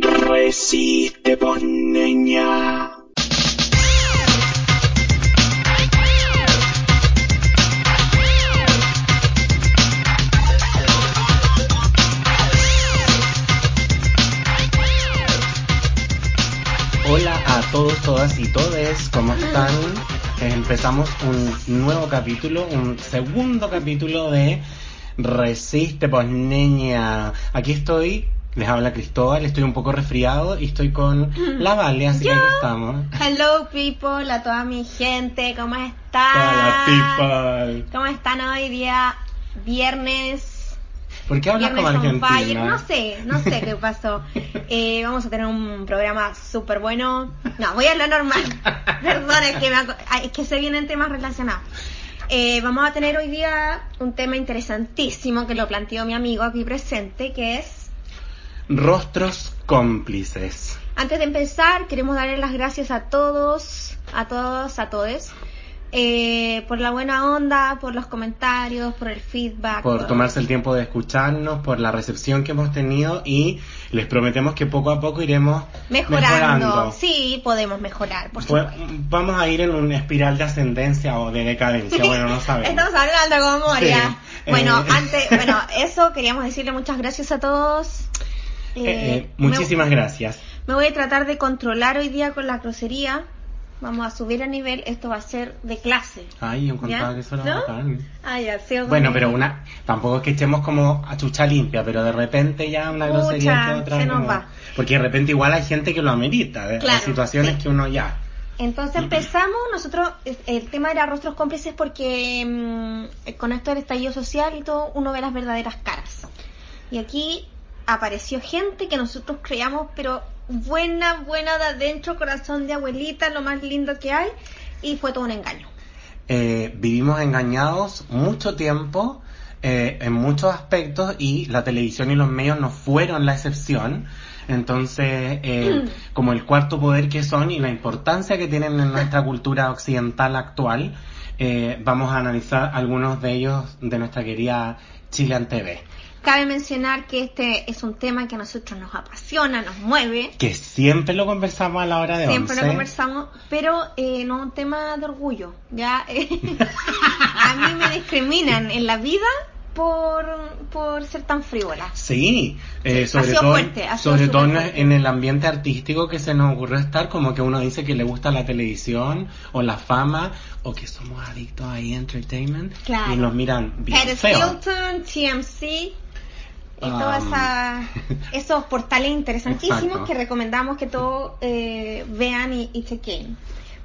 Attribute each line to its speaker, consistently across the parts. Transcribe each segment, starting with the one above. Speaker 1: pues si te ponen ya.
Speaker 2: Hola a todos, todas y todes, ¿cómo están? Eh, Empezamos un nuevo capítulo, un segundo capítulo de Resiste, pues niña. Aquí estoy, les habla Cristóbal, estoy un poco resfriado y estoy con la Vale, así que aquí estamos.
Speaker 3: Hello people, a toda mi gente, ¿cómo
Speaker 2: Hola,
Speaker 3: Ah. están?
Speaker 2: people.
Speaker 3: ¿Cómo están hoy día? Viernes.
Speaker 2: ¿Por qué hablas
Speaker 3: Viernes
Speaker 2: como
Speaker 3: on
Speaker 2: argentina?
Speaker 3: fire. No sé, no sé qué pasó. Eh, vamos a tener un programa súper bueno. No, voy a hablar normal. Perdón, es que, me aco- ay, es que se vienen temas relacionados. Eh, vamos a tener hoy día un tema interesantísimo que lo planteó mi amigo aquí presente, que es
Speaker 2: Rostros cómplices.
Speaker 3: Antes de empezar, queremos darle las gracias a todos, a todos, a todes, eh, por la buena onda, por los comentarios, por el feedback.
Speaker 2: por tomarse el tiempo de escucharnos, por la recepción que hemos tenido y les prometemos que poco a poco iremos
Speaker 3: Mejorando.
Speaker 2: mejorando.
Speaker 3: Sí, podemos mejorar,
Speaker 2: Pues,
Speaker 3: por supuesto.
Speaker 2: vamos a ir en una espiral de ascendencia o de decadencia, bueno, no sabemos.
Speaker 3: Estamos hablando con Moria.
Speaker 2: Sí,
Speaker 3: Bueno,
Speaker 2: eh.
Speaker 3: antes, bueno, eso queríamos decirle muchas gracias a todos.
Speaker 2: Eh,
Speaker 3: Eh,
Speaker 2: eh, muchísimas gracias.
Speaker 3: Me, me voy a tratar de controlar hoy día con la grosería. Vamos a subir a nivel. Esto va a ser de clase.
Speaker 2: Ay, yo encontraba
Speaker 3: ¿Ya?
Speaker 2: que eso era
Speaker 3: ¿No?
Speaker 2: bacán.
Speaker 3: Ah, ya, sí,
Speaker 2: Bueno,
Speaker 3: ok.
Speaker 2: pero una, tampoco es que echemos como a chucha limpia, pero de repente ya una
Speaker 3: Pucha,
Speaker 2: grosería que otra.
Speaker 3: se nos
Speaker 2: como-
Speaker 3: va.
Speaker 2: Porque de repente igual hay gente que lo amerita, de
Speaker 3: Claro,
Speaker 2: situaciones
Speaker 3: sí.
Speaker 2: que uno ya.
Speaker 3: Entonces empezamos, nosotros, es- el tema era rostros cómplices porque mm, con esto del estallido social y todo, uno ve las verdaderas caras. Y aquí apareció gente que nosotros creamos, pero buena, buena de adentro, corazón de abuelita, lo más lindo que hay, y fue todo un engaño.
Speaker 2: Eh, vivimos engañados mucho tiempo eh, en muchos aspectos y la televisión y los medios no fueron la excepción. Entonces, eh,
Speaker 3: Mm.
Speaker 2: como el cuarto poder que son y la importancia que tienen en nuestra cultura occidental actual, eh, vamos a analizar algunos de ellos de nuestra querida Chilean TV.
Speaker 3: Cabe mencionar que este es un tema que a nosotros nos apasiona, nos mueve,
Speaker 2: Que siempre lo conversamos a la hora de
Speaker 3: Siempre lo
Speaker 2: 11.
Speaker 3: conversamos, pero eh, no es un tema de orgullo. Ya eh, a mí me discriminan en la vida por, por ser tan frívola.
Speaker 2: Sí, eh,
Speaker 3: Sí, ha
Speaker 2: sobre
Speaker 3: sido
Speaker 2: todo,
Speaker 3: fuerte, ha sido
Speaker 2: sobre todo en,
Speaker 3: superfuerte.
Speaker 2: en el ambiente artístico que se nos ocurrió estar, como que uno dice que le gusta la televisión o la fama o que somos adictos ahí a entertainment
Speaker 3: Claro.
Speaker 2: y nos miran bien
Speaker 3: Paris
Speaker 2: feo.
Speaker 3: Hilton, TMC y
Speaker 2: Um,
Speaker 3: todos esos portales interesantísimos
Speaker 2: Exacto.
Speaker 3: que recomendamos que todos eh, vean y, y chequen.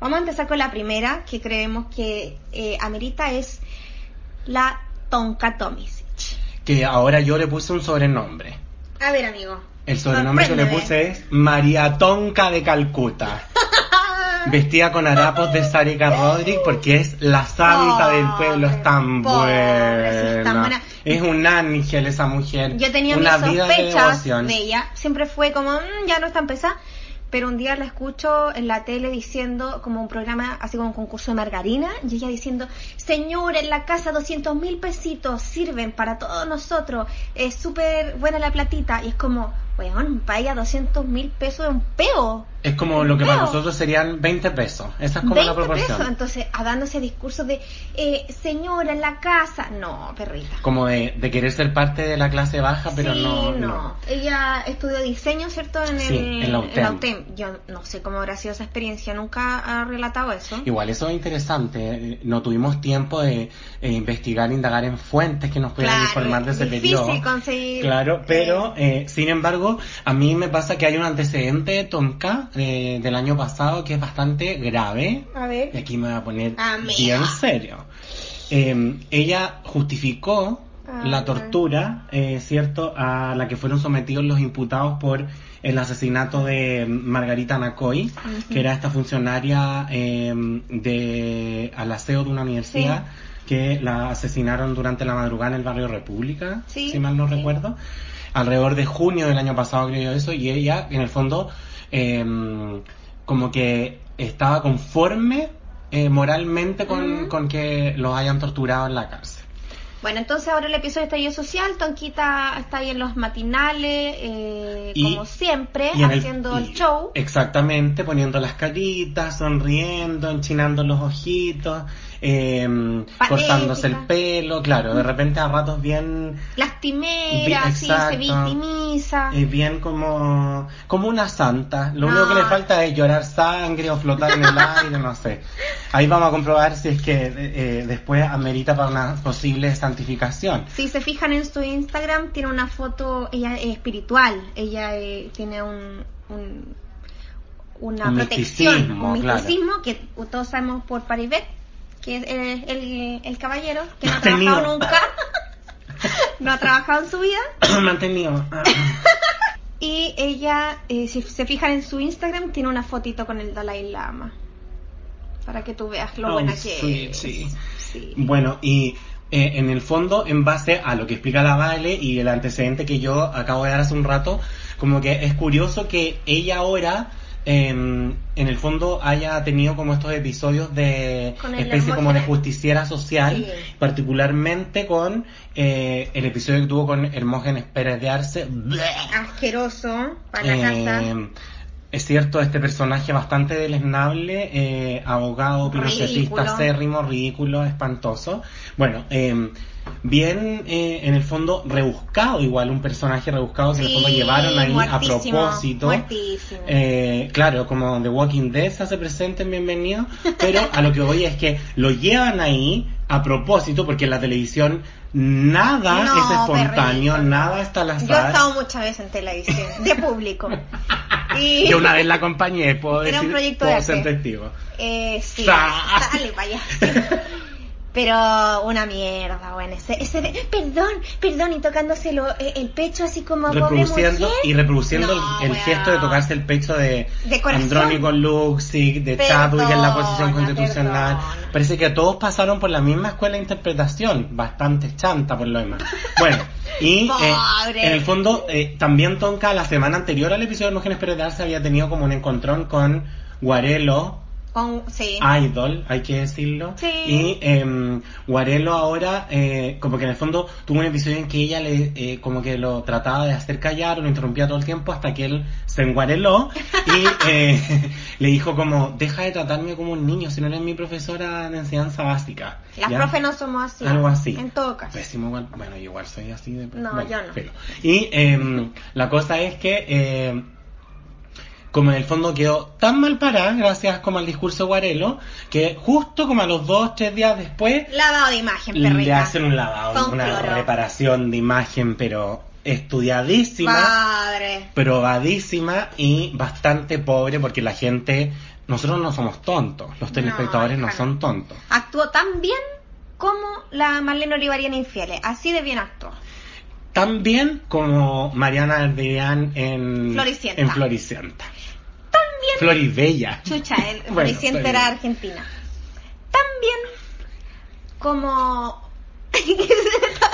Speaker 3: Vamos a empezar con la primera que creemos que eh, amerita es la Tonka Tomisic.
Speaker 2: Que ahora yo le puse un sobrenombre.
Speaker 3: A ver, amigo.
Speaker 2: El sobrenombre que le
Speaker 3: sorpréndeme.
Speaker 2: puse es María Tonka de Calcuta. Vestida con harapos de Sarika Rodríguez porque es la santa
Speaker 3: Pobre,
Speaker 2: del pueblo, es tan
Speaker 3: pobre, sí, es tan
Speaker 2: buena.
Speaker 3: buena.
Speaker 2: Es un ángel esa mujer.
Speaker 3: Yo tenía
Speaker 2: una
Speaker 3: mis
Speaker 2: vida de
Speaker 3: sospechas de,
Speaker 2: devoción.
Speaker 3: ella. Siempre fue como, "Mm, ya no está pesada. Pero un día la escucho en la tele diciendo, como un programa, así como un concurso de margarina, y ella diciendo, señor, en la casa 200 mil pesitos sirven para todos nosotros, es súper buena la platita, y es como, weón, para ella 200 mil pesos es un peo,
Speaker 2: Es como lo que para
Speaker 3: Claro.
Speaker 2: nosotros serían 20 pesos. Esa es como la
Speaker 3: 20
Speaker 2: proporción.
Speaker 3: pesos, entonces, a dando ese discurso de, eh, señora, en la casa, no, perrita.
Speaker 2: Como de, de querer ser parte de la clase baja, Ah, pero
Speaker 3: sí,
Speaker 2: no,
Speaker 3: no, Ella estudió diseño, ¿cierto? En
Speaker 2: Sí,
Speaker 3: el,
Speaker 2: en la UTEM.
Speaker 3: Yo no sé cómo habrá sido esa experiencia, nunca ha relatado eso.
Speaker 2: Igual eso es interesante. eh, No tuvimos tiempo de eh, investigar, indagar en fuentes que nos pudieran
Speaker 3: Claro,
Speaker 2: informar de ese
Speaker 3: difícil
Speaker 2: periodo.
Speaker 3: conseguir,
Speaker 2: Claro, pero
Speaker 3: eh,
Speaker 2: eh, sin embargo, a mí me pasa que hay un antecedente de Tomka eh, del año pasado que es bastante grave.
Speaker 3: A ver.
Speaker 2: Y aquí me voy a poner
Speaker 3: Amiga.
Speaker 2: bien serio. Eh, ella justificó
Speaker 3: Ah.
Speaker 2: la tortura, eh, ¿cierto?, a la que fueron sometidos los imputados por el asesinato de Margarita Nacoy, que era esta funcionaria eh, de al aseo de una universidad. que la asesinaron durante la madrugada en el barrio República,
Speaker 3: Sí,
Speaker 2: si mal no
Speaker 3: sí.
Speaker 2: recuerdo, alrededor de junio del año pasado creo yo eso, y ella en el fondo eh, como que estaba conforme eh, moralmente con,
Speaker 3: Ujú.
Speaker 2: con que los hayan torturado en la cárcel.
Speaker 3: Bueno, entonces ahora el episodio de Estallido Social, Tonquita está ahí en los matinales, eh,
Speaker 2: Y-
Speaker 3: como siempre,
Speaker 2: Y en el-
Speaker 3: haciendo el,
Speaker 2: y- eh,
Speaker 3: show.
Speaker 2: Exactamente, poniendo las caritas, sonriendo, enchinando los ojitos, eh, cortándose el pelo, claro, de repente a ratos bien,
Speaker 3: Lastimera,
Speaker 2: Vi-
Speaker 3: sí, se
Speaker 2: exacto.
Speaker 3: victimiza.
Speaker 2: eh, bien como, como una santa. Lo único
Speaker 3: No.
Speaker 2: que le falta es llorar sangre o flotar en el aire, no sé. Ahí vamos a comprobar si es que eh, después amerita para una posible santificación.
Speaker 3: Si se fijan en su Instagram, tiene una foto, ella es espiritual, ella eh, tiene un, un- una
Speaker 2: Un
Speaker 3: protección,
Speaker 2: misticismo,
Speaker 3: un
Speaker 2: claro.
Speaker 3: misticismo que todos sabemos por Paribet, que es eh, el, el caballero que no ha
Speaker 2: Tenido.
Speaker 3: trabajado nunca, no ha trabado en su vida.
Speaker 2: Mantenido.
Speaker 3: Y ella, eh, si se fijan en su Instagram, tiene una fotito con el Dalai Lama. Para que tú veas lo
Speaker 2: Oh,
Speaker 3: buena
Speaker 2: sí,
Speaker 3: que es.
Speaker 2: sí.
Speaker 3: Sí.
Speaker 2: Bueno, y eh, en el fondo, en base a lo que explica la Vale y el antecedente que yo acabo de dar hace un rato, como que es curioso que ella ahora, eh, en el fondo, haya tenido como estos episodios de
Speaker 3: Con el
Speaker 2: especie como de
Speaker 3: Hermógenes.
Speaker 2: justiciera social,
Speaker 3: Sí.
Speaker 2: particularmente con eh, el episodio que tuvo con Hermógenes Pérez de Arce.
Speaker 3: Ah, Asqueroso para la
Speaker 2: Eh,
Speaker 3: casa.
Speaker 2: Es cierto, este personaje bastante deleznable, eh, abogado,
Speaker 3: Ridículo.
Speaker 2: pinochetista, acérrimo, ridículo, espantoso. Bueno, eh, bien, eh, en el fondo, rebuscado igual, un personaje rebuscado, se en el fondo
Speaker 3: Sí,
Speaker 2: llevaron ahí a
Speaker 3: muertísimo,
Speaker 2: propósito.
Speaker 3: muertísimo.
Speaker 2: Eh, claro, como The Walking Dead se hace presente en Bienvenido, pero a lo que voy es que lo llevan ahí a propósito, porque en la televisión nada
Speaker 3: No,
Speaker 2: es espontáneo,
Speaker 3: perrito.
Speaker 2: nada está al azar.
Speaker 3: Yo he estado muchas veces en televisión, de público. Y
Speaker 2: Yo una vez la acompañé, puedo
Speaker 3: Era un
Speaker 2: decir,
Speaker 3: proyecto
Speaker 2: puedo
Speaker 3: de
Speaker 2: ser
Speaker 3: arte.
Speaker 2: testigo.
Speaker 3: eh, sí,
Speaker 2: Sa-
Speaker 3: sale para allá. Pero una mierda, bueno, ese, ese de- perdón, perdón, y tocándose lo- eh, el pecho así como a pobre
Speaker 2: reproduciendo
Speaker 3: mujer.
Speaker 2: y reproduciendo el-
Speaker 3: No,
Speaker 2: el,
Speaker 3: weón.
Speaker 2: gesto de tocarse el pecho de,
Speaker 3: De corazón.
Speaker 2: Andrónico Luxig, de Chadwick en la posición
Speaker 3: Perdona,
Speaker 2: constitucional.
Speaker 3: perdona.
Speaker 2: Parece que todos pasaron por la misma escuela de interpretación, bastante chanta por lo demás. Bueno, y eh,
Speaker 3: Pobre.
Speaker 2: en el fondo eh, también Tonka la semana anterior al episodio de Mujeres Pérez de Arce había tenido como un encontrón con Guarelo,
Speaker 3: Con- sí.
Speaker 2: Ah, idol, hay que decirlo.
Speaker 3: Sí.
Speaker 2: Y em, Guarelo ahora, eh, como que en el fondo tuvo un episodio en que ella le, eh, como que lo trataba de hacer callar, o lo interrumpía todo el tiempo hasta que él se enguareló y eh, le dijo como, deja de tratarme como un niño, si no eres mi profesora de enseñanza básica.
Speaker 3: Las
Speaker 2: ¿Ya?
Speaker 3: profes no somos así.
Speaker 2: Algo así. Pues,
Speaker 3: En todo caso.
Speaker 2: Pésimo, igual. Bueno, yo igual soy así de.
Speaker 3: No,
Speaker 2: bueno,
Speaker 3: yo no.
Speaker 2: filo. Y em, la cosa es que, em, como en el fondo quedó tan mal parada, gracias como al discurso de Guarelo, que justo como a los dos, tres días después,
Speaker 3: Lavado de imagen,
Speaker 2: le
Speaker 3: perrita.
Speaker 2: hacen un lavado,
Speaker 3: Con
Speaker 2: una
Speaker 3: cloro.
Speaker 2: reparación de imagen, pero estudiadísima
Speaker 3: Padre.
Speaker 2: probadísima y bastante pobre porque la gente, nosotros no somos tontos, los
Speaker 3: No,
Speaker 2: telespectadores no,
Speaker 3: hija, no.
Speaker 2: son tontos.
Speaker 3: Actuó tan bien como la Marlene Olivariana Infieles. Así de bien actuó.
Speaker 2: Tan bien como Mariana Adrián en
Speaker 3: Floricienta.
Speaker 2: En Floricienta. Floribella.
Speaker 3: Chucha, el
Speaker 2: Bueno,
Speaker 3: presidente
Speaker 2: está
Speaker 3: era
Speaker 2: bien.
Speaker 3: argentina. Tan bien como...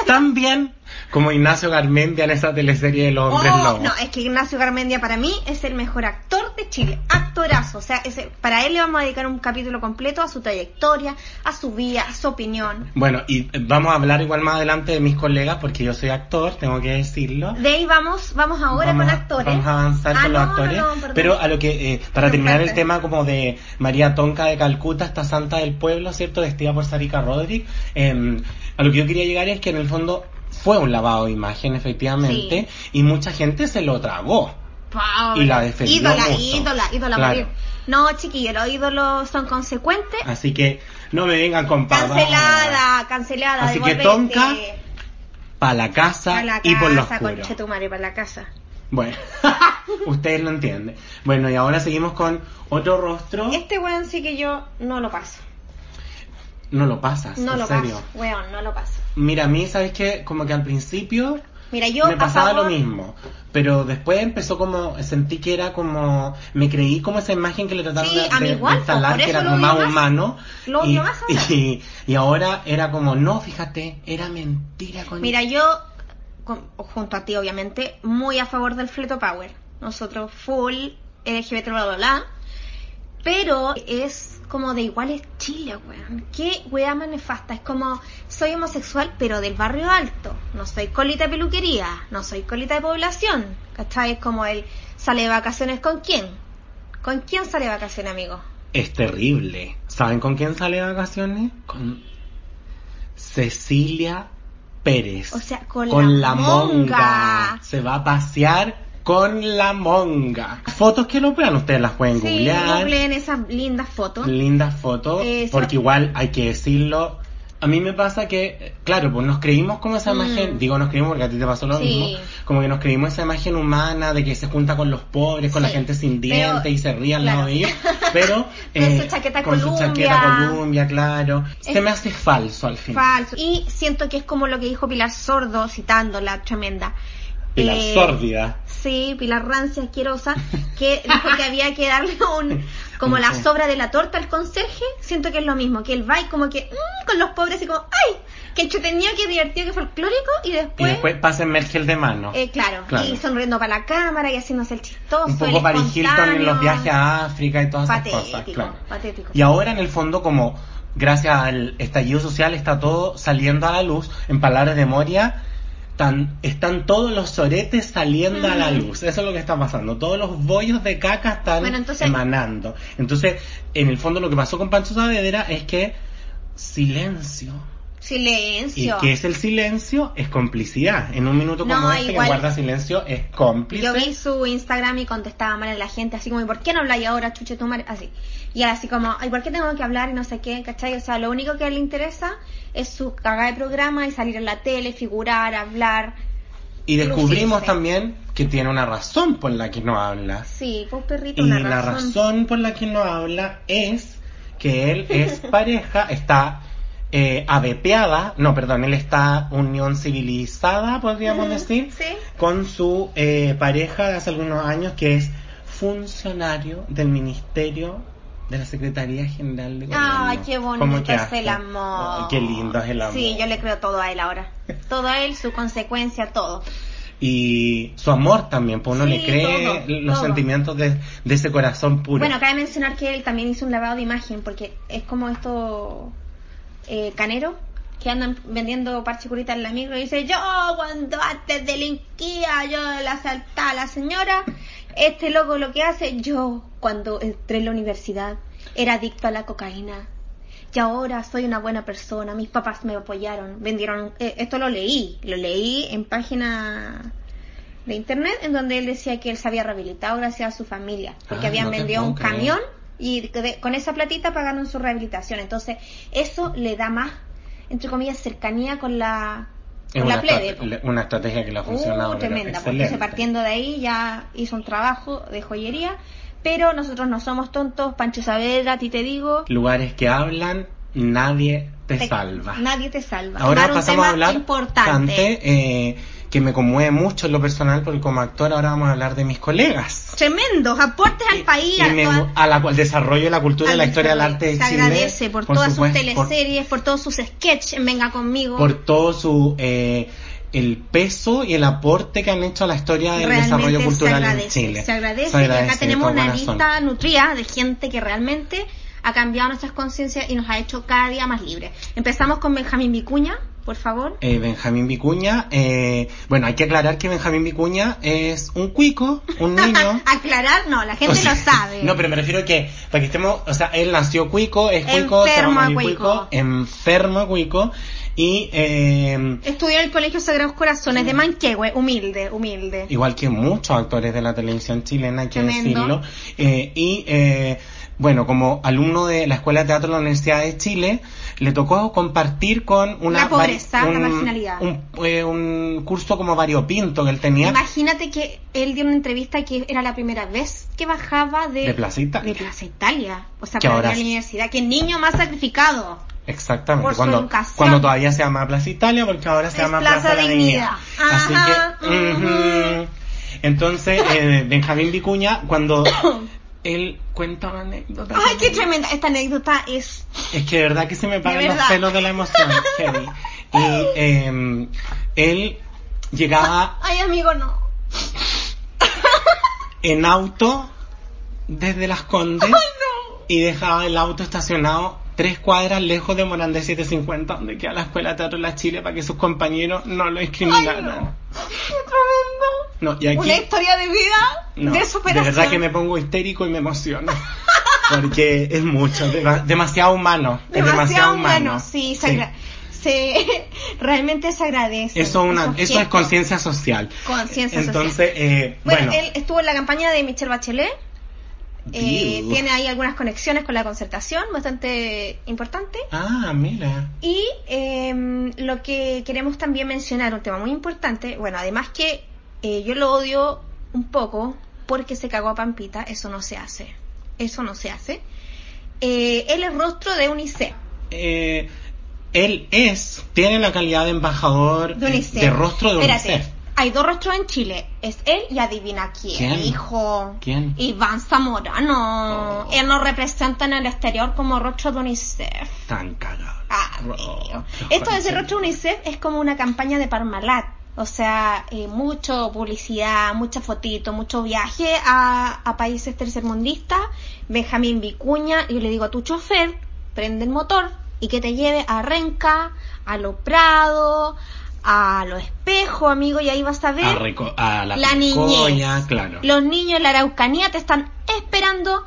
Speaker 2: Tan bien como Ignacio Garmendia en esa teleserie de los hombres
Speaker 3: Oh,
Speaker 2: lobos.
Speaker 3: no, es que Ignacio Garmendia para mí es el mejor actor de Chile, actorazo, o sea, ese- para él le vamos a dedicar un capítulo completo a su trayectoria, a su vida, a su opinión.
Speaker 2: Bueno, y eh, vamos a hablar igual más adelante de mis colegas porque yo soy actor, tengo que decirlo.
Speaker 3: De ahí vamos, vamos ahora
Speaker 2: vamos,
Speaker 3: con
Speaker 2: a-
Speaker 3: actores.
Speaker 2: Vamos a avanzar
Speaker 3: Ah,
Speaker 2: con los
Speaker 3: no, no,
Speaker 2: actores.
Speaker 3: no, perdón.
Speaker 2: pero a lo que, eh, para
Speaker 3: Pero
Speaker 2: terminar el
Speaker 3: espérate.
Speaker 2: tema como de María Tonka de Calcuta, esta santa del pueblo, ¿cierto? Vestida por Sarika Rodríguez. a lo que yo quería llegar es que en el fondo fue un lavado de imagen, efectivamente, y mucha gente se lo tragó.
Speaker 3: Pobre.
Speaker 2: Y la defendió
Speaker 3: Ídola,
Speaker 2: mucho.
Speaker 3: ídola, ídola
Speaker 2: Claro. Ah,
Speaker 3: morir. No, chiquillos, los ídolos son consecuentes.
Speaker 2: Así que no me vengan con pavadas.
Speaker 3: Cancelada, cancelada. este,
Speaker 2: Así que
Speaker 3: devuélvete.
Speaker 2: Tonka, Pa' la casa
Speaker 3: Pa' la
Speaker 2: y por lo
Speaker 3: casa,
Speaker 2: oscuro.
Speaker 3: conchetumare, para la casa.
Speaker 2: Bueno, ustedes lo entienden. Bueno, y ahora seguimos con otro rostro.
Speaker 3: Este weón sí que yo no lo paso.
Speaker 2: No lo pasas,
Speaker 3: No
Speaker 2: en
Speaker 3: lo
Speaker 2: serio.
Speaker 3: paso, weón, no lo paso.
Speaker 2: Mira, a mí, ¿sabes qué? Como que al principio
Speaker 3: Mira, yo
Speaker 2: me
Speaker 3: a
Speaker 2: pasaba
Speaker 3: favor-
Speaker 2: lo mismo. Pero después empezó como, sentí que era como, me creí como esa imagen que le trataron
Speaker 3: Sí,
Speaker 2: de,
Speaker 3: a mí
Speaker 2: de- de
Speaker 3: igual, pues,
Speaker 2: instalar,
Speaker 3: por
Speaker 2: que
Speaker 3: eso
Speaker 2: era
Speaker 3: lo
Speaker 2: como
Speaker 3: odio
Speaker 2: más
Speaker 3: más.
Speaker 2: humano.
Speaker 3: Lo
Speaker 2: y,
Speaker 3: odio más ahora.
Speaker 2: y, y ahora era como, no, fíjate, era mentira con
Speaker 3: Mira, yo, con- junto a ti obviamente, muy a favor del fleto power. Nosotros full LGBT, bla, bla, bla. Pero es como de iguales Chile, weón. Qué weá más nefasta. Es como, soy homosexual, pero del barrio alto. No soy colita de peluquería. No soy colita de población. ¿Cachai? Es como el, sale de vacaciones con quién. ¿Con quién sale de vacaciones, amigo?
Speaker 2: Es terrible. ¿Saben con quién sale de vacaciones? Con Cecilia Pérez.
Speaker 3: O sea, con la monga.
Speaker 2: Se va a pasear con la monga. Fotos que no vean, ustedes las pueden
Speaker 3: Sí,
Speaker 2: googlear.
Speaker 3: googleen esas lindas fotos.
Speaker 2: Lindas fotos,
Speaker 3: Eso.
Speaker 2: porque igual hay que decirlo. A mí me pasa que, eh, claro, pues nos creímos como esa
Speaker 3: Mm.
Speaker 2: imagen, digo nos creímos porque a ti te pasó lo
Speaker 3: Sí.
Speaker 2: mismo, como que nos creímos esa imagen humana de que se junta con los pobres, con la
Speaker 3: Sí,
Speaker 2: gente sin
Speaker 3: pero-
Speaker 2: dientes y se ríe al lado
Speaker 3: claro.
Speaker 2: de ellos, pero eh,
Speaker 3: Con su chaqueta
Speaker 2: con su chaqueta
Speaker 3: Columbia.
Speaker 2: Columbia, claro, se
Speaker 3: Es-
Speaker 2: me hace falso al final.
Speaker 3: Falso. Y siento que es como lo que dijo Pilar Sordo, citando la tremenda.
Speaker 2: Pilar
Speaker 3: Eh,
Speaker 2: sórdida.
Speaker 3: Sí, Pilar Rancia asquerosa, que dijo que había que darle un, como la
Speaker 2: Sí.
Speaker 3: sobra de la torta al conserje, siento que es lo mismo, que él va y como que, mm, con los pobres y como, ¡ay! Qué entretenido, qué divertido, qué folclórico, y
Speaker 2: Y
Speaker 3: después,
Speaker 2: después pásenme el gel de mano.
Speaker 3: pues eh, claro,
Speaker 2: Claro.
Speaker 3: y sonriendo para la cámara y haciéndose el chistoso,
Speaker 2: un
Speaker 3: el
Speaker 2: poco Paris Hilton en los
Speaker 3: espontáneo.
Speaker 2: viajes a África y todas
Speaker 3: Patético,
Speaker 2: esas cosas, claro.
Speaker 3: patético.
Speaker 2: Y ahora en el fondo como gracias al estallido social está todo saliendo a la luz, en palabras de Moria, tan- están todos los soretes saliendo a la
Speaker 3: Mm.
Speaker 2: luz, eso es lo que está pasando, todos los bollos de caca están
Speaker 3: Bueno, entonces-
Speaker 2: emanando. Entonces, en el fondo lo que pasó con Pancho Saavedra es que silencio. Y
Speaker 3: Silencio.
Speaker 2: que es el silencio, es complicidad. En un minuto como
Speaker 3: No,
Speaker 2: este
Speaker 3: igual-
Speaker 2: que guarda silencio es cómplice.
Speaker 3: Yo vi su Instagram y contestaba mal a la gente, así como, ¿y por qué no habláis ahora, chuche tu madre? Así. Y ahora así como, ¿y por qué tengo que hablar y no sé qué? ¿Cachai? O sea, lo único que le interesa es su cagada de programa y salir en la tele, figurar, hablar.
Speaker 2: Y descubrimos
Speaker 3: Lucirse.
Speaker 2: también que tiene una razón por la que no habla.
Speaker 3: Sí, pues perrito,
Speaker 2: Y
Speaker 3: una
Speaker 2: la
Speaker 3: razón.
Speaker 2: razón por la que no habla es que él es pareja, está eh, avepeada, no, perdón, él está unión civilizada, podríamos decir,
Speaker 3: Sí.
Speaker 2: con su eh, pareja de hace algunos años que es funcionario del Ministerio de la Secretaría General de Gobierno.
Speaker 3: Ay, qué bonito
Speaker 2: Como que
Speaker 3: es
Speaker 2: hasta-
Speaker 3: el amor.
Speaker 2: Ay, qué lindo es el amor.
Speaker 3: Sí, yo le creo todo a él ahora. Todo a él, su consecuencia, todo.
Speaker 2: y su amor también, pues uno
Speaker 3: Sí,
Speaker 2: le cree
Speaker 3: todo,
Speaker 2: los
Speaker 3: todo.
Speaker 2: sentimientos de, de ese corazón puro.
Speaker 3: Bueno, cabe mencionar que él también hizo un lavado de imagen porque es como estos eh, caneros que andan vendiendo parche curita en la micro y dice yo cuando antes delinquía yo la asaltaba a la señora este loco lo que hace yo cuando entré en la universidad era adicto a la cocaína y ahora soy una buena persona mis papás me apoyaron vendieron eh, esto lo leí lo leí en página de internet en donde él decía que él se había rehabilitado gracias a su familia porque
Speaker 2: Ah,
Speaker 3: habían
Speaker 2: no te
Speaker 3: vendido
Speaker 2: puedo
Speaker 3: un
Speaker 2: creer.
Speaker 3: camión y de- con esa platita pagaron su rehabilitación entonces eso le da más entre comillas cercanía con la
Speaker 2: Es
Speaker 3: con la plebe
Speaker 2: estrate-
Speaker 3: po.
Speaker 2: le- una estrategia que le ha
Speaker 3: Uh,
Speaker 2: funcionado. pero
Speaker 3: tremenda, porque
Speaker 2: excelente.
Speaker 3: se partiendo de ahí ya hizo un trabajo de joyería, pero nosotros no somos tontos, Pancho Saavedra, a ti te digo,
Speaker 2: Lugares que hablan, nadie te,
Speaker 3: te-
Speaker 2: salva.
Speaker 3: nadie te salva.
Speaker 2: Ahora
Speaker 3: Dar un
Speaker 2: pasamos a
Speaker 3: tema
Speaker 2: hablar
Speaker 3: importante.
Speaker 2: bastante, eh, que me conmueve mucho en lo personal porque como actor ahora vamos a hablar de mis colegas.
Speaker 3: Tremendos aportes al país,
Speaker 2: Y
Speaker 3: a
Speaker 2: me-
Speaker 3: toda-
Speaker 2: a la, al desarrollo de la cultura, y la
Speaker 3: al
Speaker 2: historia, del
Speaker 3: desarrollo.
Speaker 2: arte de
Speaker 3: Se
Speaker 2: Chile.
Speaker 3: agradece por, todas
Speaker 2: supuesto,
Speaker 3: sus
Speaker 2: por-
Speaker 3: teleseries, por, todos sus sketches, en venga conmigo.
Speaker 2: por todo su eh, el peso y el aporte que han hecho a la historia del
Speaker 3: realmente
Speaker 2: desarrollo cultural
Speaker 3: se agradece,
Speaker 2: en Chile.
Speaker 3: Se agradece,
Speaker 2: Se
Speaker 3: y
Speaker 2: agradece
Speaker 3: acá
Speaker 2: de
Speaker 3: tenemos
Speaker 2: todo
Speaker 3: una
Speaker 2: corazón.
Speaker 3: lista nutrida de gente que realmente ha cambiado nuestras conciencias y nos ha hecho cada día más libres. Empezamos con Benjamín Vicuña, por favor.
Speaker 2: Eh, Benjamín Vicuña, eh, bueno, hay que aclarar que Benjamín Vicuña es un cuico, un niño.
Speaker 3: Aclarar, no, la
Speaker 2: O
Speaker 3: gente
Speaker 2: sea,
Speaker 3: lo sabe.
Speaker 2: No, pero me refiero que, para que estemos, o sea, él nació cuico, es cuico, se
Speaker 3: Enfermo
Speaker 2: va a
Speaker 3: a
Speaker 2: morir
Speaker 3: cuico.
Speaker 2: enfermo cuico, y eh,
Speaker 3: Estudió en el Colegio Sagrados Corazones de Manquehue, humilde, humilde.
Speaker 2: igual que muchos actores de la televisión chilena, hay que
Speaker 3: Tremendo.
Speaker 2: decirlo. Eh, y eh, bueno, como alumno de la Escuela de Teatro de la Universidad de Chile, le tocó compartir con una
Speaker 3: La pobreza,
Speaker 2: vari-
Speaker 3: la marginalidad.
Speaker 2: Un, eh, un curso como variopinto que él tenía.
Speaker 3: Imagínate que él dio una entrevista que era la primera vez que bajaba de,
Speaker 2: De Plaza Italia.
Speaker 3: de Plaza Italia. O sea,
Speaker 2: Que
Speaker 3: para ir
Speaker 2: ahora
Speaker 3: a la
Speaker 2: es-
Speaker 3: universidad. Qué niño más sacrificado.
Speaker 2: Exactamente,
Speaker 3: Por su
Speaker 2: cuando,
Speaker 3: educación.
Speaker 2: cuando todavía se llama Plaza Italia, porque ahora se
Speaker 3: Es
Speaker 2: llama
Speaker 3: Plaza
Speaker 2: Plaza, de
Speaker 3: Dignidad.
Speaker 2: Dignidad. Así
Speaker 3: Ajá,
Speaker 2: que, ujú.
Speaker 3: ujú.
Speaker 2: entonces, eh, Benjamín Vicuña, cuando él cuenta una anécdota,
Speaker 3: Ay, qué tremenda. Esta anécdota es
Speaker 2: es que de verdad que se me paran
Speaker 3: De
Speaker 2: los
Speaker 3: verdad.
Speaker 2: pelos de la emoción, Jenny. Y eh, él llegaba
Speaker 3: Ay, amigo, no.
Speaker 2: en auto desde Las Condes y dejaba el auto estacionado tres cuadras lejos de Morandé 750, donde queda la Escuela de Teatro de la Chile, para que sus compañeros no lo discriminaran.
Speaker 3: ¡Qué tremendo!
Speaker 2: No, y aquí,
Speaker 3: Una historia de vida
Speaker 2: no,
Speaker 3: de superación.
Speaker 2: verdad que me pongo histérico y me emociono. Porque es mucho, dema- demasiado humano. es
Speaker 3: demasiado, humano.
Speaker 2: humano.
Speaker 3: Sí, se agra- se- realmente se agradece.
Speaker 2: Eso, una,
Speaker 3: esos
Speaker 2: eso es
Speaker 3: gestos.
Speaker 2: conciencia social.
Speaker 3: Conciencia social.
Speaker 2: Entonces, eh,
Speaker 3: Bueno,
Speaker 2: bueno,
Speaker 3: él estuvo en la campaña de Michelle Bachelet. eh,
Speaker 2: Diu.
Speaker 3: tiene ahí algunas conexiones con la concertación, bastante importante.
Speaker 2: Ah, mira.
Speaker 3: Y eh, lo que queremos también mencionar, un tema muy importante, bueno, además que eh, yo lo odio un poco porque se cagó a Pampita, eso no se hace, eso no se hace. Eh, él es rostro de UNICEF.
Speaker 2: Eh, él es, tiene la calidad de embajador
Speaker 3: De
Speaker 2: eh,
Speaker 3: UNICEF.
Speaker 2: de rostro de
Speaker 3: Espérate,
Speaker 2: UNICEF.
Speaker 3: Hay dos rostros en Chile. Es él y adivina quién.
Speaker 2: ¿Quién?
Speaker 3: Hijo.
Speaker 2: ¿Quién?
Speaker 3: Iván Zamorano.
Speaker 2: Oh.
Speaker 3: Él nos representa en el exterior como rostro de UNICEF.
Speaker 2: Tan cagado.
Speaker 3: Ah,
Speaker 2: Rostro,
Speaker 3: mío. Esto de ser rostro de UNICEF es como una campaña de Parmalat. O sea, eh, mucho publicidad, mucha fotito, mucho viaje a, a países tercermundistas. Benjamín Vicuña, yo le digo a tu chofer, prende el motor y que te lleve a Renca, a Lo Prado, a Lo Espejo, amigo, y ahí vas a ver
Speaker 2: A, Reco- a la,
Speaker 3: la,
Speaker 2: Pincoya,
Speaker 3: niñez.
Speaker 2: claro.
Speaker 3: Los niños en la Araucanía te están esperando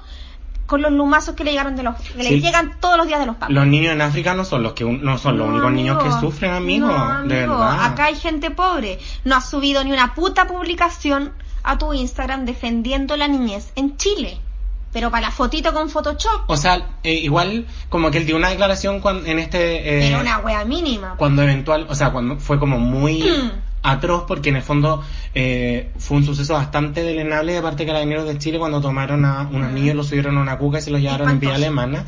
Speaker 3: con los lumazos que le llegaron de los, que
Speaker 2: Sí.
Speaker 3: les llegan todos los días de los papás.
Speaker 2: Los niños en África no son los que un- no son los
Speaker 3: No,
Speaker 2: únicos niños que
Speaker 3: amigo.
Speaker 2: sufren, amigo,
Speaker 3: No,
Speaker 2: de
Speaker 3: amigo,
Speaker 2: verdad.
Speaker 3: Acá hay gente pobre. No has subido ni una puta publicación a tu Instagram defendiendo la niñez en Chile. Pero para la fotito con Photoshop,
Speaker 2: O sea, eh, igual como que él dio una declaración cuan- en este eh,
Speaker 3: era una wea mínima.
Speaker 2: cuando eventual, o sea, cuando fue como muy
Speaker 3: Mm.
Speaker 2: atroz porque en el fondo eh, fue un suceso bastante delenable de parte de carabineros de Chile cuando tomaron a unos
Speaker 3: Mm.
Speaker 2: niños, los subieron a una cuca y se los llevaron en vía
Speaker 3: Espantoso.
Speaker 2: alemana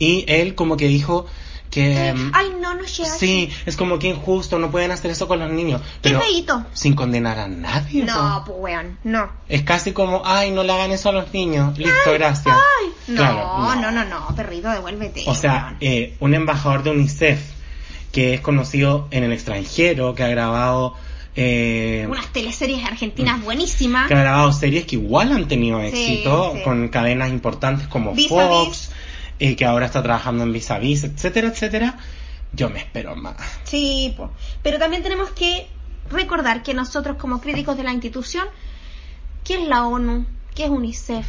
Speaker 2: y él como que dijo que em,
Speaker 3: Eh, Ay, no, no llega.
Speaker 2: sí, es como que injusto, no pueden hacer eso con los niños,
Speaker 3: Qué
Speaker 2: pero
Speaker 3: feíto.
Speaker 2: sin condenar a nadie.
Speaker 3: No,
Speaker 2: po.
Speaker 3: pues weón, no.
Speaker 2: Es casi como, ay, no le hagan eso a los niños. Listo, gracias.
Speaker 3: Ay, no,
Speaker 2: Claro,
Speaker 3: no, no, no, perrito, devuélvete.
Speaker 2: O sea,
Speaker 3: weón.
Speaker 2: eh, un embajador de UNICEF que es conocido en el extranjero, que ha grabado eh,
Speaker 3: unas teleseries argentinas
Speaker 2: mm.
Speaker 3: buenísimas.
Speaker 2: que ha grabado series que igual han tenido
Speaker 3: Sí,
Speaker 2: éxito
Speaker 3: sí.
Speaker 2: con cadenas importantes como
Speaker 3: Vis a
Speaker 2: Fox, eh, que ahora está trabajando en Vis a Vis, etcétera, etcétera. Yo me espero más.
Speaker 3: Sí, po. pero también tenemos que recordar que nosotros como críticos de la institución, ¿qué es la ONU? ¿Qué es UNICEF?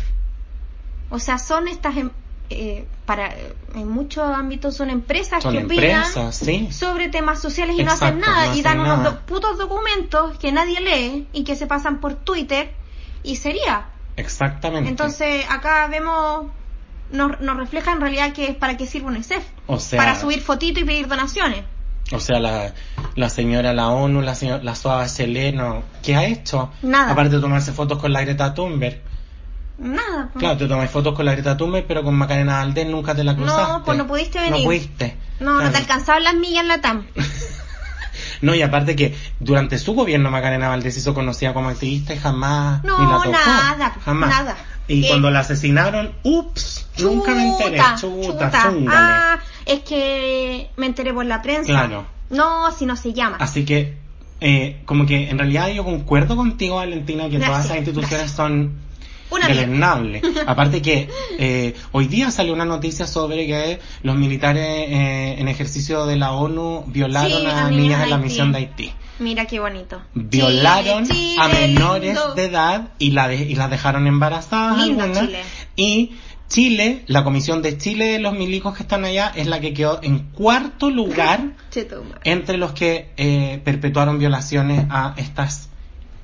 Speaker 3: O sea, son estas, em- eh, para, en muchos ámbitos son empresas
Speaker 2: Son
Speaker 3: que opinan
Speaker 2: empresas, sí.
Speaker 3: sobre temas sociales y no hacen
Speaker 2: Exacto,
Speaker 3: nada
Speaker 2: no
Speaker 3: y
Speaker 2: hacen
Speaker 3: dan unos
Speaker 2: nada.
Speaker 3: do- putos documentos que nadie lee y que se pasan por Twitter y sería.
Speaker 2: Exactamente.
Speaker 3: Entonces acá vemos, nos, nos refleja en realidad que es para qué sirve UNICEF.
Speaker 2: o sea,
Speaker 3: para subir fotito y pedir donaciones.
Speaker 2: O sea, la, la señora, la ONU, la, señora, la Suave Bachelet, no, ¿qué ha hecho?
Speaker 3: Nada.
Speaker 2: Aparte de tomarse fotos con la Greta Thunberg.
Speaker 3: Nada. po.
Speaker 2: Claro, te tomas fotos con la Greta Thunberg, pero con Macarena Alden nunca te la
Speaker 3: No,
Speaker 2: cruzaste.
Speaker 3: pues no pudiste venir.
Speaker 2: No pudiste.
Speaker 3: No, no
Speaker 2: Claro.
Speaker 3: te alcanzaban las millas en la TAM.
Speaker 2: No, y aparte que durante su gobierno Macarena Valdés hizo conocida como activista y jamás
Speaker 3: No,
Speaker 2: ni la tocó.
Speaker 3: nada,
Speaker 2: jamás.
Speaker 3: nada. Eh,
Speaker 2: Y
Speaker 3: ¿Qué?
Speaker 2: cuando la asesinaron, ups, nunca me enteré, chuta, chúngale.
Speaker 3: Ah, es que me enteré por la prensa.
Speaker 2: Claro. Ah,
Speaker 3: No, si no se llama.
Speaker 2: Así que, eh, como que en realidad yo concuerdo contigo, Valentina, que todas
Speaker 3: Gracias,
Speaker 2: esas instituciones son
Speaker 3: Una mierda.
Speaker 2: deleznables. Aparte que eh, hoy día salió una noticia sobre que los militares eh, en ejercicio de la ONU violaron
Speaker 3: Sí,
Speaker 2: a
Speaker 3: a niñas
Speaker 2: niñas
Speaker 3: en
Speaker 2: en la
Speaker 3: Haití.
Speaker 2: misión de Haití.
Speaker 3: Mira qué bonito.
Speaker 2: Violaron
Speaker 3: Chile,
Speaker 2: a
Speaker 3: Chile,
Speaker 2: menores
Speaker 3: lindo.
Speaker 2: de edad y, la de- y las dejaron embarazadas.
Speaker 3: Lindo
Speaker 2: algunas.
Speaker 3: Chile.
Speaker 2: Y Chile, la comisión de Chile de los milicos que están allá, es la que quedó en cuarto lugar
Speaker 3: Chetumare.
Speaker 2: entre los que eh, perpetuaron violaciones a estas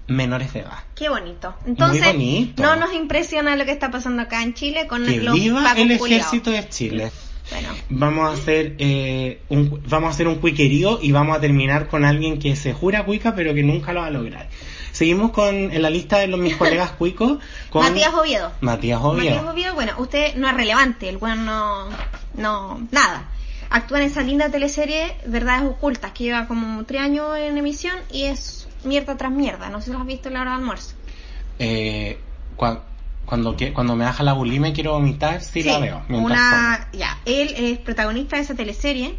Speaker 2: menores de edad.
Speaker 3: Qué bonito. Entonces,
Speaker 2: bonito.
Speaker 3: no nos impresiona lo que está pasando acá en Chile con
Speaker 2: Que
Speaker 3: los
Speaker 2: viva
Speaker 3: pacos
Speaker 2: el
Speaker 3: culiaos.
Speaker 2: ejército de Chile.
Speaker 3: Bueno,
Speaker 2: Vamos a hacer eh, un vamos a hacer un cuiquerío y vamos a terminar con alguien que se jura cuica pero que nunca lo va a lograr. Seguimos con en la lista de los mis colegas cuicos con
Speaker 3: Matías Oviedo.
Speaker 2: Matías Oviedo.
Speaker 3: Matías Oviedo, bueno, usted no es relevante, el weón no, no, nada. Actúa en esa linda teleserie Verdades Ocultas, que lleva como tres años en emisión y es mierda tras mierda. No sé si lo has visto en la hora de almuerzo.
Speaker 2: Eh, cua- cuando que- cuando me baja la bulimia y quiero vomitar, sí, la veo. mientras
Speaker 3: Una, ya, él es protagonista de esa teleserie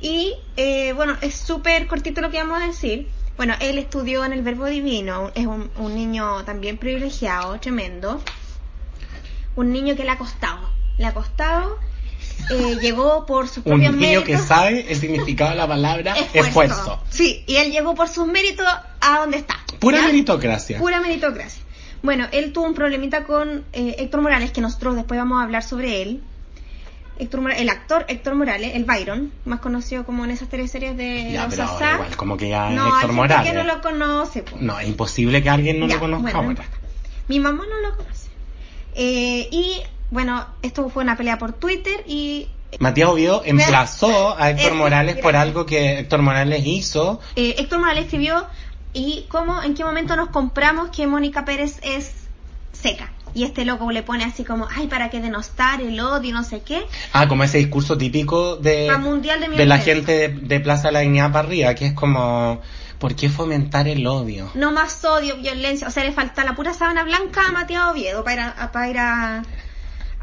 Speaker 3: y, eh, bueno, es súper cortito lo que vamos a decir. Bueno, él estudió en el Verbo Divino, es un, un niño también privilegiado, tremendo. Un niño que le ha costado, le ha costado eh, llegó por sus
Speaker 2: Un
Speaker 3: propios
Speaker 2: niño
Speaker 3: méritos.
Speaker 2: que sabe el significado de la palabra esfuerzo.
Speaker 3: Sí, y él llegó por sus méritos a donde está.
Speaker 2: Pura
Speaker 3: ¿ya?
Speaker 2: meritocracia.
Speaker 3: Pura meritocracia. Bueno, él tuvo un problemita con eh, Héctor Morales, que nosotros después vamos a hablar sobre él. Héctor Mora- el actor Héctor Morales, el Byron, más conocido como en esas teleseries de
Speaker 2: ya,
Speaker 3: los
Speaker 2: pero ahora
Speaker 3: Sasá.
Speaker 2: igual, como que ya es
Speaker 3: No, hay
Speaker 2: Héctor
Speaker 3: gente
Speaker 2: Morales.
Speaker 3: que no lo conoce. po.
Speaker 2: No, es imposible que alguien no
Speaker 3: Ya,
Speaker 2: lo conozca
Speaker 3: bueno, no
Speaker 2: ahora.
Speaker 3: importa. Mi mamá no lo conoce. Eh, y bueno, esto fue una pelea por Twitter y
Speaker 2: Matías Oviedo emplazó a Héctor
Speaker 3: Eh,
Speaker 2: Morales por
Speaker 3: gracias.
Speaker 2: algo que Héctor Morales hizo.
Speaker 3: eh, Héctor Morales escribió y cómo, en qué momento nos compramos que Mónica Pérez es seca. Y este loco le pone así como, ay, para qué denostar el odio, no sé qué.
Speaker 2: Ah, como ese discurso típico de,
Speaker 3: Pa' mundial de mi
Speaker 2: la
Speaker 3: defensa.
Speaker 2: gente de, de Plaza La Dignidad para arriba, que es como, ¿por qué fomentar el odio?
Speaker 3: No más odio, violencia. O sea, le falta la pura sábana blanca a Mateo Oviedo para ir, a, para ir a-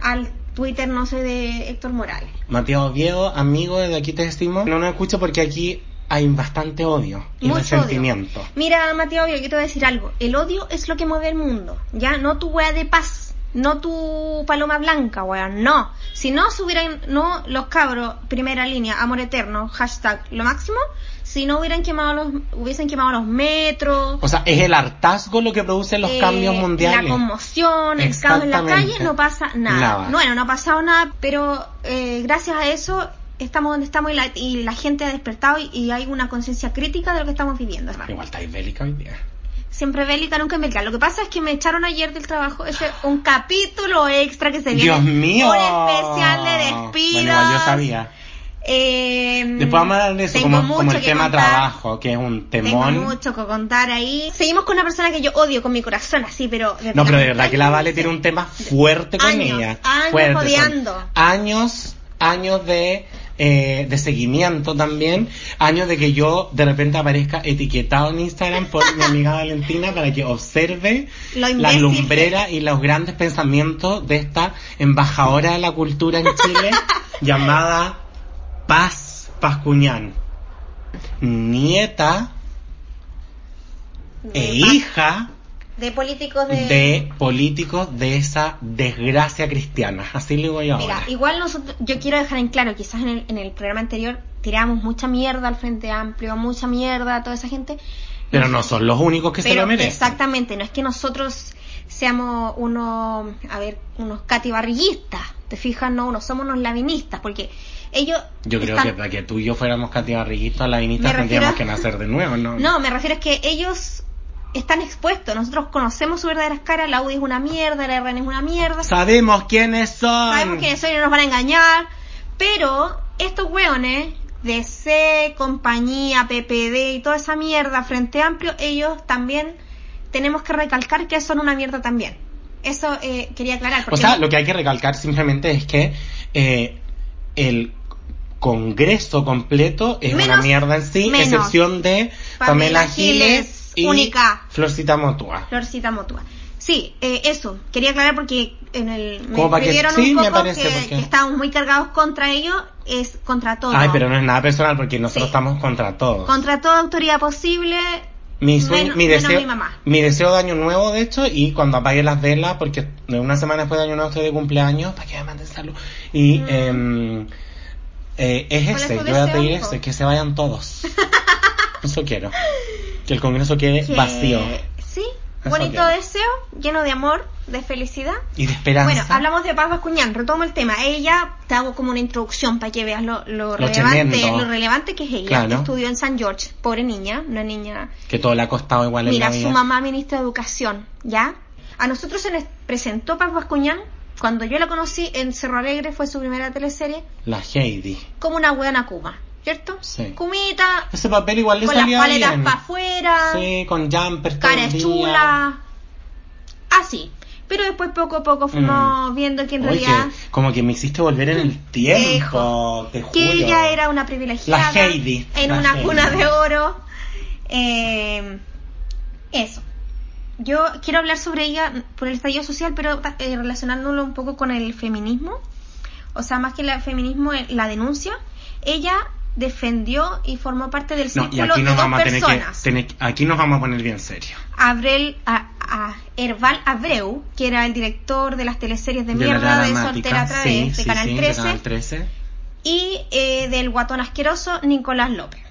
Speaker 3: al Twitter, no sé, de Héctor Morales.
Speaker 2: Matías Oviedo, amigo de Aquí Te Estimo, no nos escucho porque aquí hay bastante odio y
Speaker 3: Mucho
Speaker 2: resentimiento.
Speaker 3: odio. Mira, Mateo, yo quiero decir algo. El odio es lo que mueve el mundo, ¿ya? No tu wea de paz, no tu paloma blanca, weón, no. Si no se hubieran, no los cabros, primera línea, amor eterno, hashtag, lo máximo, si no hubieran quemado los, hubiesen quemado los metros,
Speaker 2: O sea, es el hartazgo lo que produce los
Speaker 3: eh,
Speaker 2: cambios mundiales.
Speaker 3: La conmoción, el caos en la
Speaker 2: Exactamente.
Speaker 3: calle, no pasa nada.
Speaker 2: Nada.
Speaker 3: Bueno, no ha pasado nada, pero eh, gracias a eso estamos donde estamos y la, y la gente ha despertado y, y hay una conciencia crítica de lo que estamos viviendo. hermano.
Speaker 2: Ah, Igual estáis bélica hoy día.
Speaker 3: Siempre bélica, nunca bélica. Lo que pasa es que me echaron ayer del trabajo. Ese es un capítulo extra que se viene.
Speaker 2: Dios mío.
Speaker 3: Un especial de despidos.
Speaker 2: Bueno, igual yo sabía.
Speaker 3: Eh,
Speaker 2: Después vamos a hablar de eso,
Speaker 3: tengo
Speaker 2: como, como
Speaker 3: mucho
Speaker 2: el
Speaker 3: que
Speaker 2: tema
Speaker 3: contar.
Speaker 2: trabajo, que es un
Speaker 3: Tengo
Speaker 2: temón.
Speaker 3: mucho que contar ahí. Seguimos con una persona que yo odio con mi corazón, así, pero... desde
Speaker 2: No,
Speaker 3: la
Speaker 2: pero de verdad que la
Speaker 3: montaña,
Speaker 2: Vale
Speaker 3: sí.
Speaker 2: tiene un tema fuerte con
Speaker 3: Años,
Speaker 2: ella.
Speaker 3: años
Speaker 2: fuerte, son
Speaker 3: odiando.
Speaker 2: Años, años de, eh, de seguimiento también. Años de que yo de repente aparezca etiquetado en Instagram por mi amiga Valentina para que observe
Speaker 3: Lo
Speaker 2: las
Speaker 3: imbécil.
Speaker 2: lumbreras y los grandes pensamientos de esta embajadora de la cultura en Chile llamada Paz Pascuñán. Nieta
Speaker 3: De
Speaker 2: e
Speaker 3: pa-
Speaker 2: hija
Speaker 3: De políticos de...
Speaker 2: de políticos de esa desgracia cristiana. Así le voy ahora.
Speaker 3: Mira, igual nosotros, yo quiero dejar en claro, quizás en el, en el programa anterior tiramos mucha mierda al Frente Amplio, mucha mierda a toda esa gente.
Speaker 2: Pero no son los únicos que se
Speaker 3: Pero,
Speaker 2: lo merecen.
Speaker 3: Exactamente, no es que nosotros seamos unos, a ver, unos catibarrillistas, te fijas, no, no somos unos lavinistas, porque ellos...
Speaker 2: Yo creo
Speaker 3: están-
Speaker 2: que para que tú y yo fuéramos cativarrillistas, la vinita
Speaker 3: Me refiero-
Speaker 2: tendríamos que nacer de nuevo, ¿no?
Speaker 3: No, me refiero a que ellos están expuestos, nosotros conocemos sus verdaderas caras, la UDI es una mierda, la RN es una mierda,
Speaker 2: Sabemos quiénes son.
Speaker 3: sabemos quiénes son y no nos van a engañar, pero estos hueones de C, compañía, PPD y toda esa mierda, Frente Amplio, ellos también tenemos que recalcar que son una mierda también. Eso eh, quería aclarar.
Speaker 2: O
Speaker 3: porque
Speaker 2: sea,
Speaker 3: no-
Speaker 2: lo que hay que recalcar simplemente es que eh, el Congreso completo es
Speaker 3: Menos-
Speaker 2: una mierda en sí,
Speaker 3: menos.
Speaker 2: excepción de
Speaker 3: Pamela
Speaker 2: Pamela, Giles,
Speaker 3: Giles,
Speaker 2: y
Speaker 3: única.
Speaker 2: Florcita Motua.
Speaker 3: Florcita Motua. Sí, eh, eso. Quería aclarar porque en el, me
Speaker 2: Como para que-
Speaker 3: escribieron
Speaker 2: sí,
Speaker 3: un
Speaker 2: me
Speaker 3: poco
Speaker 2: parece,
Speaker 3: que,
Speaker 2: porque-
Speaker 3: que estábamos muy cargados contra ellos, es contra todo.
Speaker 2: Ay, pero no es nada personal porque nosotros
Speaker 3: Sí.
Speaker 2: estamos contra todos.
Speaker 3: Contra toda autoridad posible.
Speaker 2: Mi, sueño-
Speaker 3: Menos-
Speaker 2: mi
Speaker 3: menos
Speaker 2: deseo,
Speaker 3: mi mamá.
Speaker 2: mi deseo de año nuevo, de hecho, y cuando apague las velas, porque una semana después de año nuevo estoy de cumpleaños, para que me manden salud. Y
Speaker 3: Mm.
Speaker 2: em, eh, es
Speaker 3: ¿Cuál es
Speaker 2: ese,
Speaker 3: tu
Speaker 2: yo voy a
Speaker 3: deseo,
Speaker 2: pedir
Speaker 3: hijo?
Speaker 2: ese, este, que se vayan todos. Eso quiero. Que el Congreso quede
Speaker 3: que-
Speaker 2: vacío
Speaker 3: Sí,
Speaker 2: Eso
Speaker 3: bonito
Speaker 2: quiero.
Speaker 3: deseo, lleno de amor, de felicidad.
Speaker 2: y de esperanza.
Speaker 3: Bueno, hablamos de Paz Bascuñán, retomo el tema. Ella, te hago como una introducción para que veas lo,
Speaker 2: Lo
Speaker 3: lo relevante,
Speaker 2: tremendo.
Speaker 3: lo relevante que es ella.
Speaker 2: Claro.
Speaker 3: Estudió en San George, pobre niña, una niña
Speaker 2: Que todo le ha costado igual en
Speaker 3: Mira,
Speaker 2: la
Speaker 3: su
Speaker 2: vida.
Speaker 3: mamá ministra de Educación, ¿ya? A nosotros se nos presentó Paz Bascuñán, cuando yo la conocí en Cerro Alegre, fue su primera teleserie,
Speaker 2: La Heidi.
Speaker 3: como una hueona Kuma, ¿cierto?
Speaker 2: Sí.
Speaker 3: Cumita,
Speaker 2: Ese papel igual le
Speaker 3: con las
Speaker 2: salía
Speaker 3: paletas
Speaker 2: bien.
Speaker 3: para afuera,
Speaker 2: Sí, con jumper todo el
Speaker 3: cara
Speaker 2: día.
Speaker 3: chula, así. Pero después poco a poco fuimos viendo que en
Speaker 2: Mm. Oye,
Speaker 3: realidad
Speaker 2: como que me hiciste volver en el tiempo,
Speaker 3: Hijo,
Speaker 2: te juro.
Speaker 3: que ella era una privilegiada
Speaker 2: La Heidi,
Speaker 3: en
Speaker 2: la
Speaker 3: una
Speaker 2: Heidi.
Speaker 3: cuna de oro. Eh, eso. Yo quiero hablar sobre ella por el estallido social, pero eh, relacionándolo un poco con el feminismo. O sea, más que el feminismo, eh, la denuncia. Ella defendió y formó parte del
Speaker 2: No, y
Speaker 3: círculo
Speaker 2: aquí
Speaker 3: de
Speaker 2: nos
Speaker 3: dos
Speaker 2: vamos a tener que,
Speaker 3: personas.
Speaker 2: tener- aquí nos vamos a poner bien serio.
Speaker 3: Abrel, a- a Herbal Abreu, que era el director de las teleseries de
Speaker 2: la
Speaker 3: mierda de
Speaker 2: dramática,
Speaker 3: Soltera a
Speaker 2: sí,
Speaker 3: través
Speaker 2: sí,
Speaker 3: de, Canal
Speaker 2: sí,
Speaker 3: 13,
Speaker 2: de Canal 13.
Speaker 3: y eh, del guatón asqueroso Nicolás López.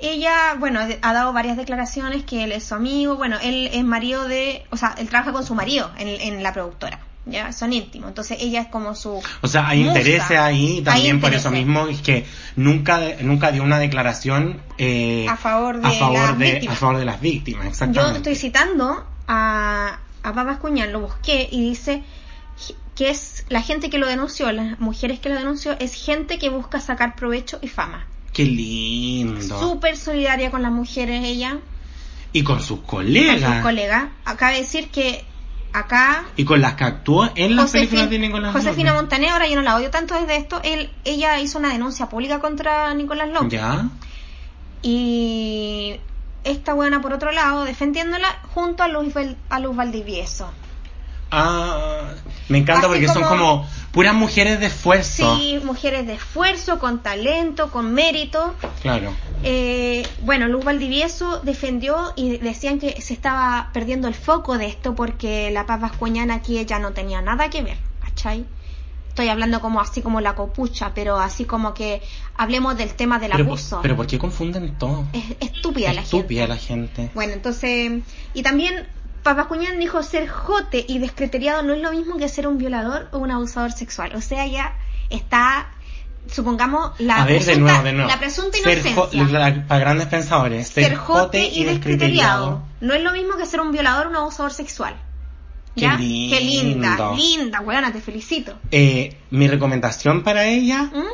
Speaker 3: Ella, bueno, ha dado varias declaraciones que él es su amigo, bueno, él es marido de, o sea, él trabaja con su marido en, en la productora, ya, son íntimos, entonces ella es como su...
Speaker 2: O sea, hay
Speaker 3: Musa.
Speaker 2: intereses ahí también
Speaker 3: Hay
Speaker 2: por eso
Speaker 3: intereses.
Speaker 2: mismo es que nunca de- nunca dio una declaración eh,
Speaker 3: A favor de
Speaker 2: a favor
Speaker 3: las
Speaker 2: de-
Speaker 3: víctimas.
Speaker 2: a favor de las víctimas,
Speaker 3: Yo
Speaker 2: exactamente.
Speaker 3: estoy citando a, a Baba Escuñán, lo busqué y dice que es la gente que lo denunció, las mujeres que lo denunció, es gente que busca sacar provecho y fama.
Speaker 2: Qué lindo.
Speaker 3: Súper solidaria con las mujeres ella,
Speaker 2: y con sus
Speaker 3: con
Speaker 2: colegas.
Speaker 3: sus colegas. Acaba de decir que acá
Speaker 2: Y con las que actuó en las películas de
Speaker 3: Josefina,
Speaker 2: Nicolás
Speaker 3: Josefina
Speaker 2: López.
Speaker 3: Montané, ahora yo no la odio tanto desde esto, él, ella hizo una denuncia pública contra Nicolás López.
Speaker 2: Ya.
Speaker 3: Y esta buena, por otro lado, defendiéndola junto a Luz, Val- a Luz Valdivieso.
Speaker 2: Ah, me encanta
Speaker 3: Así
Speaker 2: porque son
Speaker 3: como-
Speaker 2: como puras mujeres de esfuerzo.
Speaker 3: Sí, mujeres de esfuerzo, con talento, con mérito.
Speaker 2: Claro.
Speaker 3: Eh, bueno, Luz Valdivieso defendió y decían que se estaba perdiendo el foco de esto porque la paz vascuñana aquí ella no tenía nada que ver, ¿cachai? Estoy hablando como así como la copucha, pero así como que hablemos del tema del
Speaker 2: Pero,
Speaker 3: abuso.
Speaker 2: pero ¿por qué confunden todo?
Speaker 3: es estúpida la gente.
Speaker 2: Estúpida la gente.
Speaker 3: Bueno, entonces, y también Papá Cuñán dijo ser jote y descriteriado no es lo mismo que ser un violador o un abusador sexual. O sea, ya está, supongamos, la,
Speaker 2: a ver, de
Speaker 3: presunta-
Speaker 2: nuevo, de nuevo.
Speaker 3: la presunta
Speaker 2: Ser
Speaker 3: inocencia.
Speaker 2: jo- la- para grandes pensadores, ser,
Speaker 3: ser jote y descriteriado.
Speaker 2: descriteriado.
Speaker 3: No es lo mismo que ser un violador o un abusador sexual.
Speaker 2: Qué
Speaker 3: ¿Ya?
Speaker 2: lindo.
Speaker 3: linda, linda, weona, te felicito.
Speaker 2: Eh, mi recomendación para ella,
Speaker 3: ¿Mm?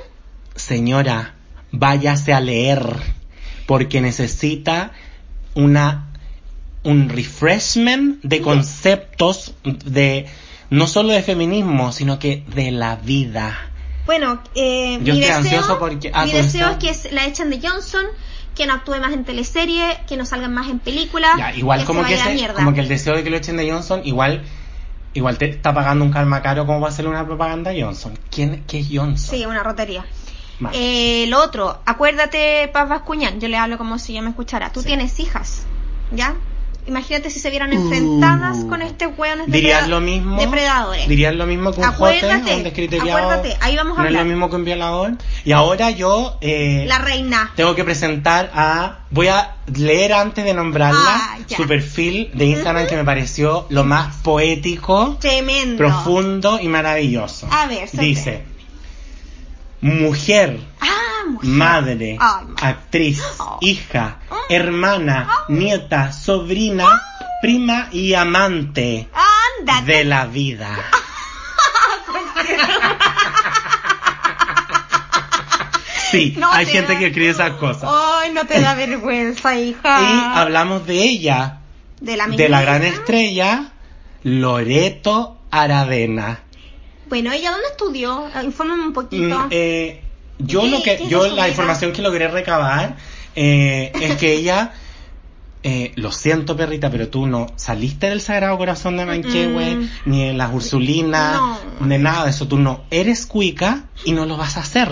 Speaker 2: señora, váyase a leer, porque necesita una un refreshment de conceptos de no solo de feminismo, sino que de la vida.
Speaker 3: Bueno, eh,
Speaker 2: Yo estoy
Speaker 3: mi, deseo,
Speaker 2: ansioso porque- ah,
Speaker 3: mi
Speaker 2: tú
Speaker 3: deseo es que
Speaker 2: estás-
Speaker 3: se- la echen de Johnson, que no actúe más en teleserie, que no salgan más en películas.
Speaker 2: Ya, igual
Speaker 3: que
Speaker 2: como
Speaker 3: se
Speaker 2: que
Speaker 3: vaya a la
Speaker 2: ese-
Speaker 3: mierda.
Speaker 2: como que el deseo de que lo echen de Johnson, igual igual te está pagando un karma caro como va a ser una propaganda Johnson. ¿Quién qué es Johnson?
Speaker 3: Sí, una rotería.
Speaker 2: Mal.
Speaker 3: Eh, lo otro, acuérdate, Paz Vascuñán, yo le hablo como si yo me escuchara. Tú
Speaker 2: Sí.
Speaker 3: tienes hijas, ¿ya? Imagínate si se vieran
Speaker 2: Uh,
Speaker 3: enfrentadas con este hueones
Speaker 2: ¿Dirías
Speaker 3: depreda-
Speaker 2: lo mismo?
Speaker 3: depredadores.
Speaker 2: ¿Dirías lo mismo que un jote,
Speaker 3: Acuérdate,
Speaker 2: un descriteriado?
Speaker 3: acuérdate, ahí vamos a
Speaker 2: ¿No es
Speaker 3: hablar.
Speaker 2: lo mismo que un violador? Y ahora yo eh,
Speaker 3: La reina.
Speaker 2: tengo que presentar a... Voy a leer antes de nombrarla
Speaker 3: Ah, ya.
Speaker 2: su perfil de Instagram que me pareció lo más poético,
Speaker 3: Tremendo.
Speaker 2: profundo y maravilloso.
Speaker 3: A ver, sorprende.
Speaker 2: Dice, mujer,
Speaker 3: Ah, mujer.
Speaker 2: madre,
Speaker 3: Ay, ma-
Speaker 2: actriz,
Speaker 3: Oh.
Speaker 2: hija,
Speaker 3: Oh.
Speaker 2: hermana,
Speaker 3: Oh.
Speaker 2: nieta, sobrina,
Speaker 3: Ah.
Speaker 2: prima y amante
Speaker 3: Anda,
Speaker 2: de la vida. Sí,
Speaker 3: No
Speaker 2: hay
Speaker 3: te Oh.
Speaker 2: gente
Speaker 3: da-
Speaker 2: que escribe esas cosas.
Speaker 3: Ay, no te da vergüenza, hija.
Speaker 2: Y hablamos de ella,
Speaker 3: de la,
Speaker 2: de la gran
Speaker 3: mismísima.
Speaker 2: estrella, Loreto Aravena.
Speaker 3: Bueno, ella dónde estudió? Eh, Infórmame un poquito.
Speaker 2: Mm, eh, yo
Speaker 3: ¿Qué-
Speaker 2: lo
Speaker 3: qué
Speaker 2: que,
Speaker 3: es
Speaker 2: yo
Speaker 3: de su
Speaker 2: la
Speaker 3: vida?
Speaker 2: información que logré recabar eh, es que ella, eh, lo siento perrita, pero tú no saliste del Sagrado Corazón de Manquehue,
Speaker 3: Mm.
Speaker 2: ni de las Ursulinas,
Speaker 3: No.
Speaker 2: de nada de eso. Tú no eres cuica y no lo vas a hacer,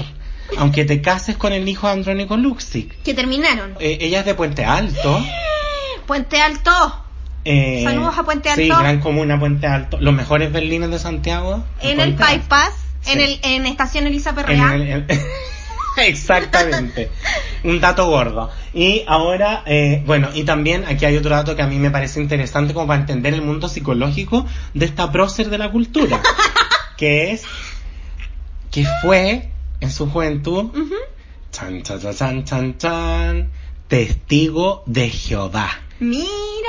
Speaker 2: aunque te cases con el hijo de Andrónico Luxic.
Speaker 3: que terminaron.
Speaker 2: Eh, ella es de Puente Alto.
Speaker 3: Puente Alto.
Speaker 2: eh,
Speaker 3: Saludos a Puente
Speaker 2: Sí,
Speaker 3: Alto.
Speaker 2: gran comuna Puente Alto. Los mejores berlines de Santiago.
Speaker 3: En el
Speaker 2: Puente Alto.
Speaker 3: bypass, en
Speaker 2: Sí.
Speaker 3: el en estación Elisa
Speaker 2: En
Speaker 3: Perrea.
Speaker 2: el- en- Exactamente. Un dato gordo. Y ahora, eh, bueno, y también aquí hay otro dato que a mí me parece interesante como para entender el mundo psicológico de esta prócer de la cultura, que es que fue en su juventud
Speaker 3: Ujú.
Speaker 2: chan, chan, chan, chan, chan, chan, testigo de Jehová.
Speaker 3: Mira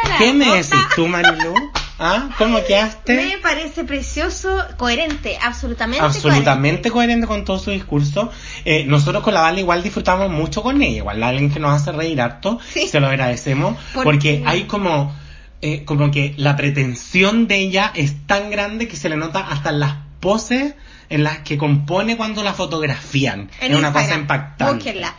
Speaker 3: la
Speaker 2: ¿Qué me
Speaker 3: nota.
Speaker 2: decís tú, Marilu? ¿Ah? ¿Cómo
Speaker 3: Me
Speaker 2: quedaste?
Speaker 3: parece precioso, coherente, absolutamente.
Speaker 2: Absolutamente coherente con todo su discurso. Eh, nosotros con la Vale igual disfrutamos mucho con ella, igual alguien que nos hace reír harto,
Speaker 3: Sí.
Speaker 2: se lo agradecemos,
Speaker 3: Por-
Speaker 2: porque hay como, eh, como que la pretensión de ella es tan grande que se le nota hasta en las poses en las que compone cuando la fotografían.
Speaker 3: En
Speaker 2: es una
Speaker 3: Instagram.
Speaker 2: cosa impactante.
Speaker 3: Búsquenla.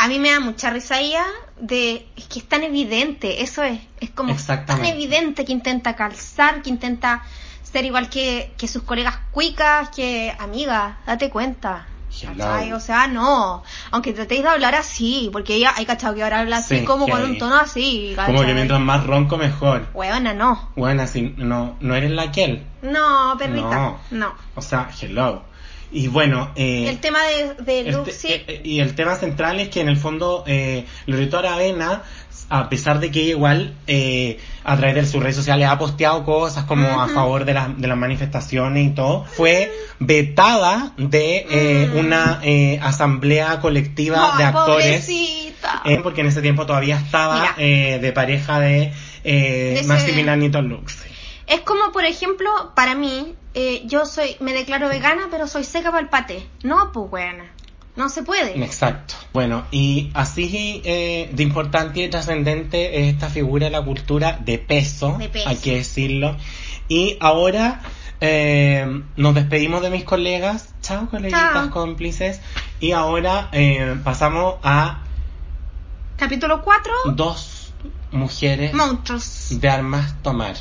Speaker 3: A mí me da mucha risa ella de es que es tan evidente, eso es, es como tan
Speaker 2: Exactamente.
Speaker 3: evidente que intenta calzar, que intenta ser igual que, que sus colegas cuicas, que amiga, date cuenta.
Speaker 2: Hello.
Speaker 3: ¿Cachai? O sea, no. Aunque tratéis de hablar así, porque ella hay cachado que ahora habla así
Speaker 2: Sí,
Speaker 3: como
Speaker 2: que
Speaker 3: con
Speaker 2: hay-
Speaker 3: un tono así.
Speaker 2: Como que
Speaker 3: ¿cachai?
Speaker 2: mientras más ronco, mejor.
Speaker 3: Huevona, no.
Speaker 2: Bueno, así, no, no eres la aquel.
Speaker 3: No, perrita.
Speaker 2: No.
Speaker 3: No.
Speaker 2: O sea, hello. Y bueno, eh,
Speaker 3: El tema de, de
Speaker 2: el te-
Speaker 3: Luxi.
Speaker 2: eh, eh, y el tema central es que en el fondo eh, Loreto Aravena, a pesar de que ella igual eh, a través de sus redes sociales ha posteado cosas como a
Speaker 3: Ujú.
Speaker 2: favor de, las- de las manifestaciones y todo, fue vetada de eh,
Speaker 3: Mm.
Speaker 2: una eh, asamblea colectiva
Speaker 3: Ay,
Speaker 2: de actores.
Speaker 3: Pobrecita.
Speaker 2: eh, porque en ese tiempo todavía estaba
Speaker 3: Mira.
Speaker 2: eh, de pareja de eh,
Speaker 3: De
Speaker 2: Massimilianito Luxi.
Speaker 3: Es como, por ejemplo, para mí, eh, yo soy, me declaro vegana, pero soy seca para el paté. No, pues, buena. No se puede.
Speaker 2: Exacto. Bueno, y así eh, de importante y trascendente es esta figura de la cultura de peso,
Speaker 3: De peso.
Speaker 2: hay que decirlo. Y ahora eh, nos despedimos de mis colegas. Chao, coleguitas
Speaker 3: Chao.
Speaker 2: cómplices. Y ahora eh, pasamos a
Speaker 3: Capítulo 4,
Speaker 2: dos mujeres
Speaker 3: monstruos.
Speaker 2: de armas tomar.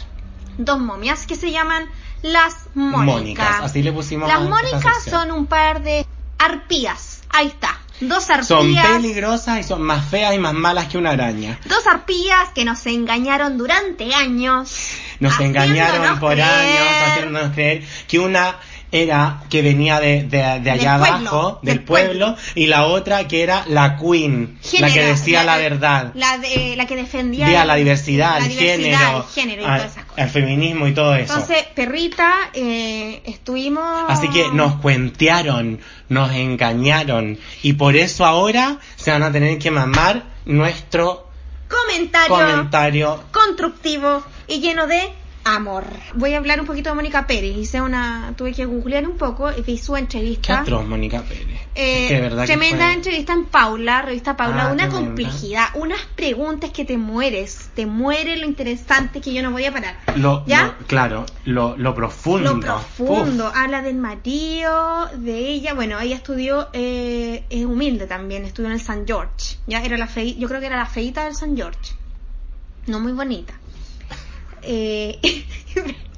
Speaker 3: Dos momias que se llaman las Mónicas.
Speaker 2: Mónicas. Así le pusimos
Speaker 3: Las
Speaker 2: a esta
Speaker 3: Mónicas
Speaker 2: sección.
Speaker 3: son un par de arpías. Ahí está. Dos arpías.
Speaker 2: Son peligrosas y son más feas y más malas que una araña.
Speaker 3: Dos arpías que nos engañaron durante años.
Speaker 2: Nos
Speaker 3: haciéndonos
Speaker 2: engañaron por
Speaker 3: creer.
Speaker 2: años, haciéndonos creer que una era que venía de, de- de allá
Speaker 3: pueblo,
Speaker 2: abajo, del
Speaker 3: del pueblo.
Speaker 2: pueblo, y la otra que era la queen,
Speaker 3: ¿Quién
Speaker 2: la que
Speaker 3: era?
Speaker 2: decía la, verdad.
Speaker 3: La, de, la que defendía
Speaker 2: Día a
Speaker 3: el-
Speaker 2: la diversidad,
Speaker 3: la
Speaker 2: el género, Ah,
Speaker 3: diversidad, el género y
Speaker 2: al,
Speaker 3: todas esas cosas.
Speaker 2: al feminismo y todo eso.
Speaker 3: Entonces, perrita, eh, estuvimos.
Speaker 2: Así que nos cuentearon, nos engañaron, y por eso ahora se van a tener que mamar nuestro
Speaker 3: Comentario,
Speaker 2: comentario.
Speaker 3: constructivo y lleno de amor. Voy a hablar un poquito de Mónica Pérez. Hice una. Tuve que googlear un poco y vi su
Speaker 2: Qué
Speaker 3: entrevista.
Speaker 2: atroz, Mónica Pérez.
Speaker 3: ¿Ah? Eh,
Speaker 2: Es que de verdad que
Speaker 3: tremenda
Speaker 2: fue-
Speaker 3: entrevista en Paula, revista Paula,
Speaker 2: Ah,
Speaker 3: una
Speaker 2: tremenda.
Speaker 3: complejidad, unas preguntas que te mueres, te muere lo interesante que yo no voy a parar.
Speaker 2: Lo,
Speaker 3: ¿Ya?
Speaker 2: lo- claro, lo, lo profundo.
Speaker 3: Lo profundo, habla del marido, de ella. Bueno, ella estudió, eh, es humilde también, estudió en el San George. Ya era la fei- yo creo que era la feita del San George. No muy bonita. Eh,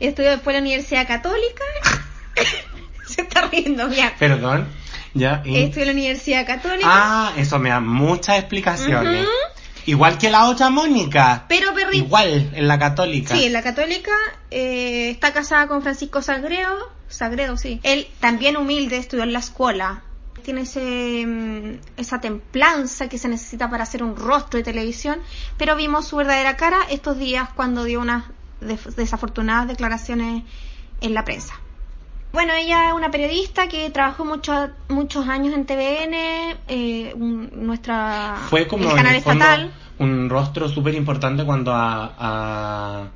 Speaker 3: estudió después en la Universidad Católica. Se está riendo, ya.
Speaker 2: Uf, Perdón. Ya, y-
Speaker 3: Estudió en la Universidad Católica.
Speaker 2: Mm. Ah, eso me da muchas explicaciones.
Speaker 3: Ujú.
Speaker 2: Igual que la otra Mónica.
Speaker 3: Pero perrito.
Speaker 2: Igual, en la católica.
Speaker 3: Sí, en la católica eh, está casada con Francisco Sagredo. Sagredo, sí. Él también humilde estudió en la escuela. Tiene ese, mm, esa templanza que se necesita para hacer un rostro de televisión. Pero vimos su verdadera cara estos días cuando dio unas def- desafortunadas declaraciones en la prensa. Bueno, ella es una periodista que trabajó mucho, muchos años en TVN, eh, un- nuestra
Speaker 2: Fue como
Speaker 3: el
Speaker 2: en
Speaker 3: canal
Speaker 2: el fondo,
Speaker 3: estatal.
Speaker 2: un rostro súper importante cuando a, a,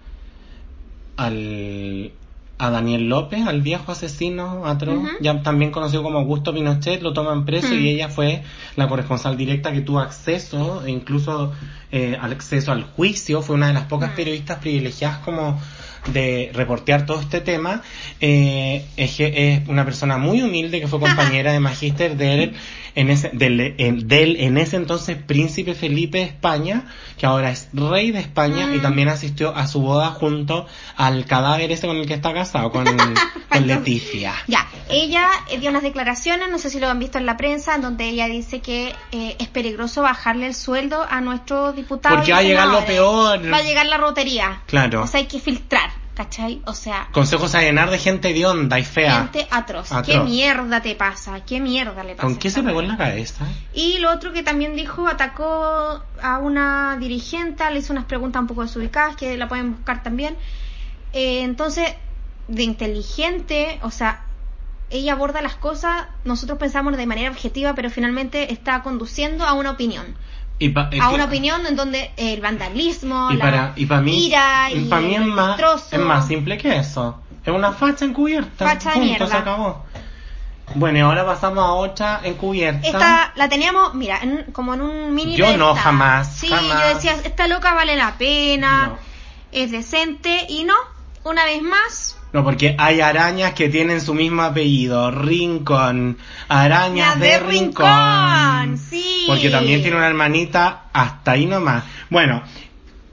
Speaker 2: al, a Daniel López, al viejo asesino, atroz,
Speaker 3: Ujú.
Speaker 2: ya también conocido como Augusto Pinochet, lo toman preso
Speaker 3: Mm.
Speaker 2: y ella fue la corresponsal directa que tuvo acceso, e incluso eh, al acceso al juicio, fue una de las pocas
Speaker 3: Mm.
Speaker 2: periodistas privilegiadas como de reportear todo este tema. Eh, es, que es una persona muy humilde que fue compañera de magíster de él en ese, del, en, del en ese entonces príncipe Felipe de España, que ahora es rey de España
Speaker 3: Mm.
Speaker 2: y también asistió a su boda junto al cadáver ese con el que está casado, con, con Leticia.
Speaker 3: Ya, ella eh, dio unas declaraciones, no sé si lo han visto en la prensa, en donde ella dice que eh, es peligroso bajarle el sueldo a nuestros diputados.
Speaker 2: Porque
Speaker 3: y
Speaker 2: va a llegar lo
Speaker 3: senadores.
Speaker 2: peor.
Speaker 3: Va a llegar la rotería.
Speaker 2: Claro.
Speaker 3: O sea, hay que filtrar, ¿cachai? O sea,
Speaker 2: Consejos a llenar de gente de onda y fea.
Speaker 3: gente atroz.
Speaker 2: Atroz.
Speaker 3: ¿Qué mierda te pasa? ¿Qué mierda le pasa?
Speaker 2: ¿Con
Speaker 3: a
Speaker 2: qué
Speaker 3: esta
Speaker 2: se pegó en
Speaker 3: mujer?
Speaker 2: la cabeza?
Speaker 3: Y lo otro que también dijo, atacó a una dirigente, le hizo unas preguntas un poco desubicadas que la pueden buscar también. Eh, entonces, de inteligente, o sea, ella aborda las cosas, nosotros pensamos de manera objetiva, pero finalmente está conduciendo a una opinión.
Speaker 2: Y pa- es
Speaker 3: a
Speaker 2: que-
Speaker 3: una opinión en donde el vandalismo,
Speaker 2: y
Speaker 3: la
Speaker 2: para, y para mí,
Speaker 3: ira y
Speaker 2: para mí es
Speaker 3: el
Speaker 2: más,
Speaker 3: destrozo.
Speaker 2: es más simple que eso. Es una facha encubierta.
Speaker 3: Facha de
Speaker 2: Punto,
Speaker 3: mierda.
Speaker 2: se acabó. Bueno, y ahora pasamos a otra encubierta.
Speaker 3: Esta la teníamos, mira, en- como en un mini.
Speaker 2: Yo no,
Speaker 3: lista.
Speaker 2: jamás,
Speaker 3: Sí,
Speaker 2: jamás.
Speaker 3: yo decía, esta loca vale la pena,
Speaker 2: No.
Speaker 3: es decente, y no, una vez más,
Speaker 2: No, porque hay arañas que tienen su mismo apellido, Rincón, arañas
Speaker 3: Las
Speaker 2: de,
Speaker 3: de
Speaker 2: rincón.
Speaker 3: Rincón, sí.
Speaker 2: Porque también tiene una hermanita hasta ahí nomás. Bueno,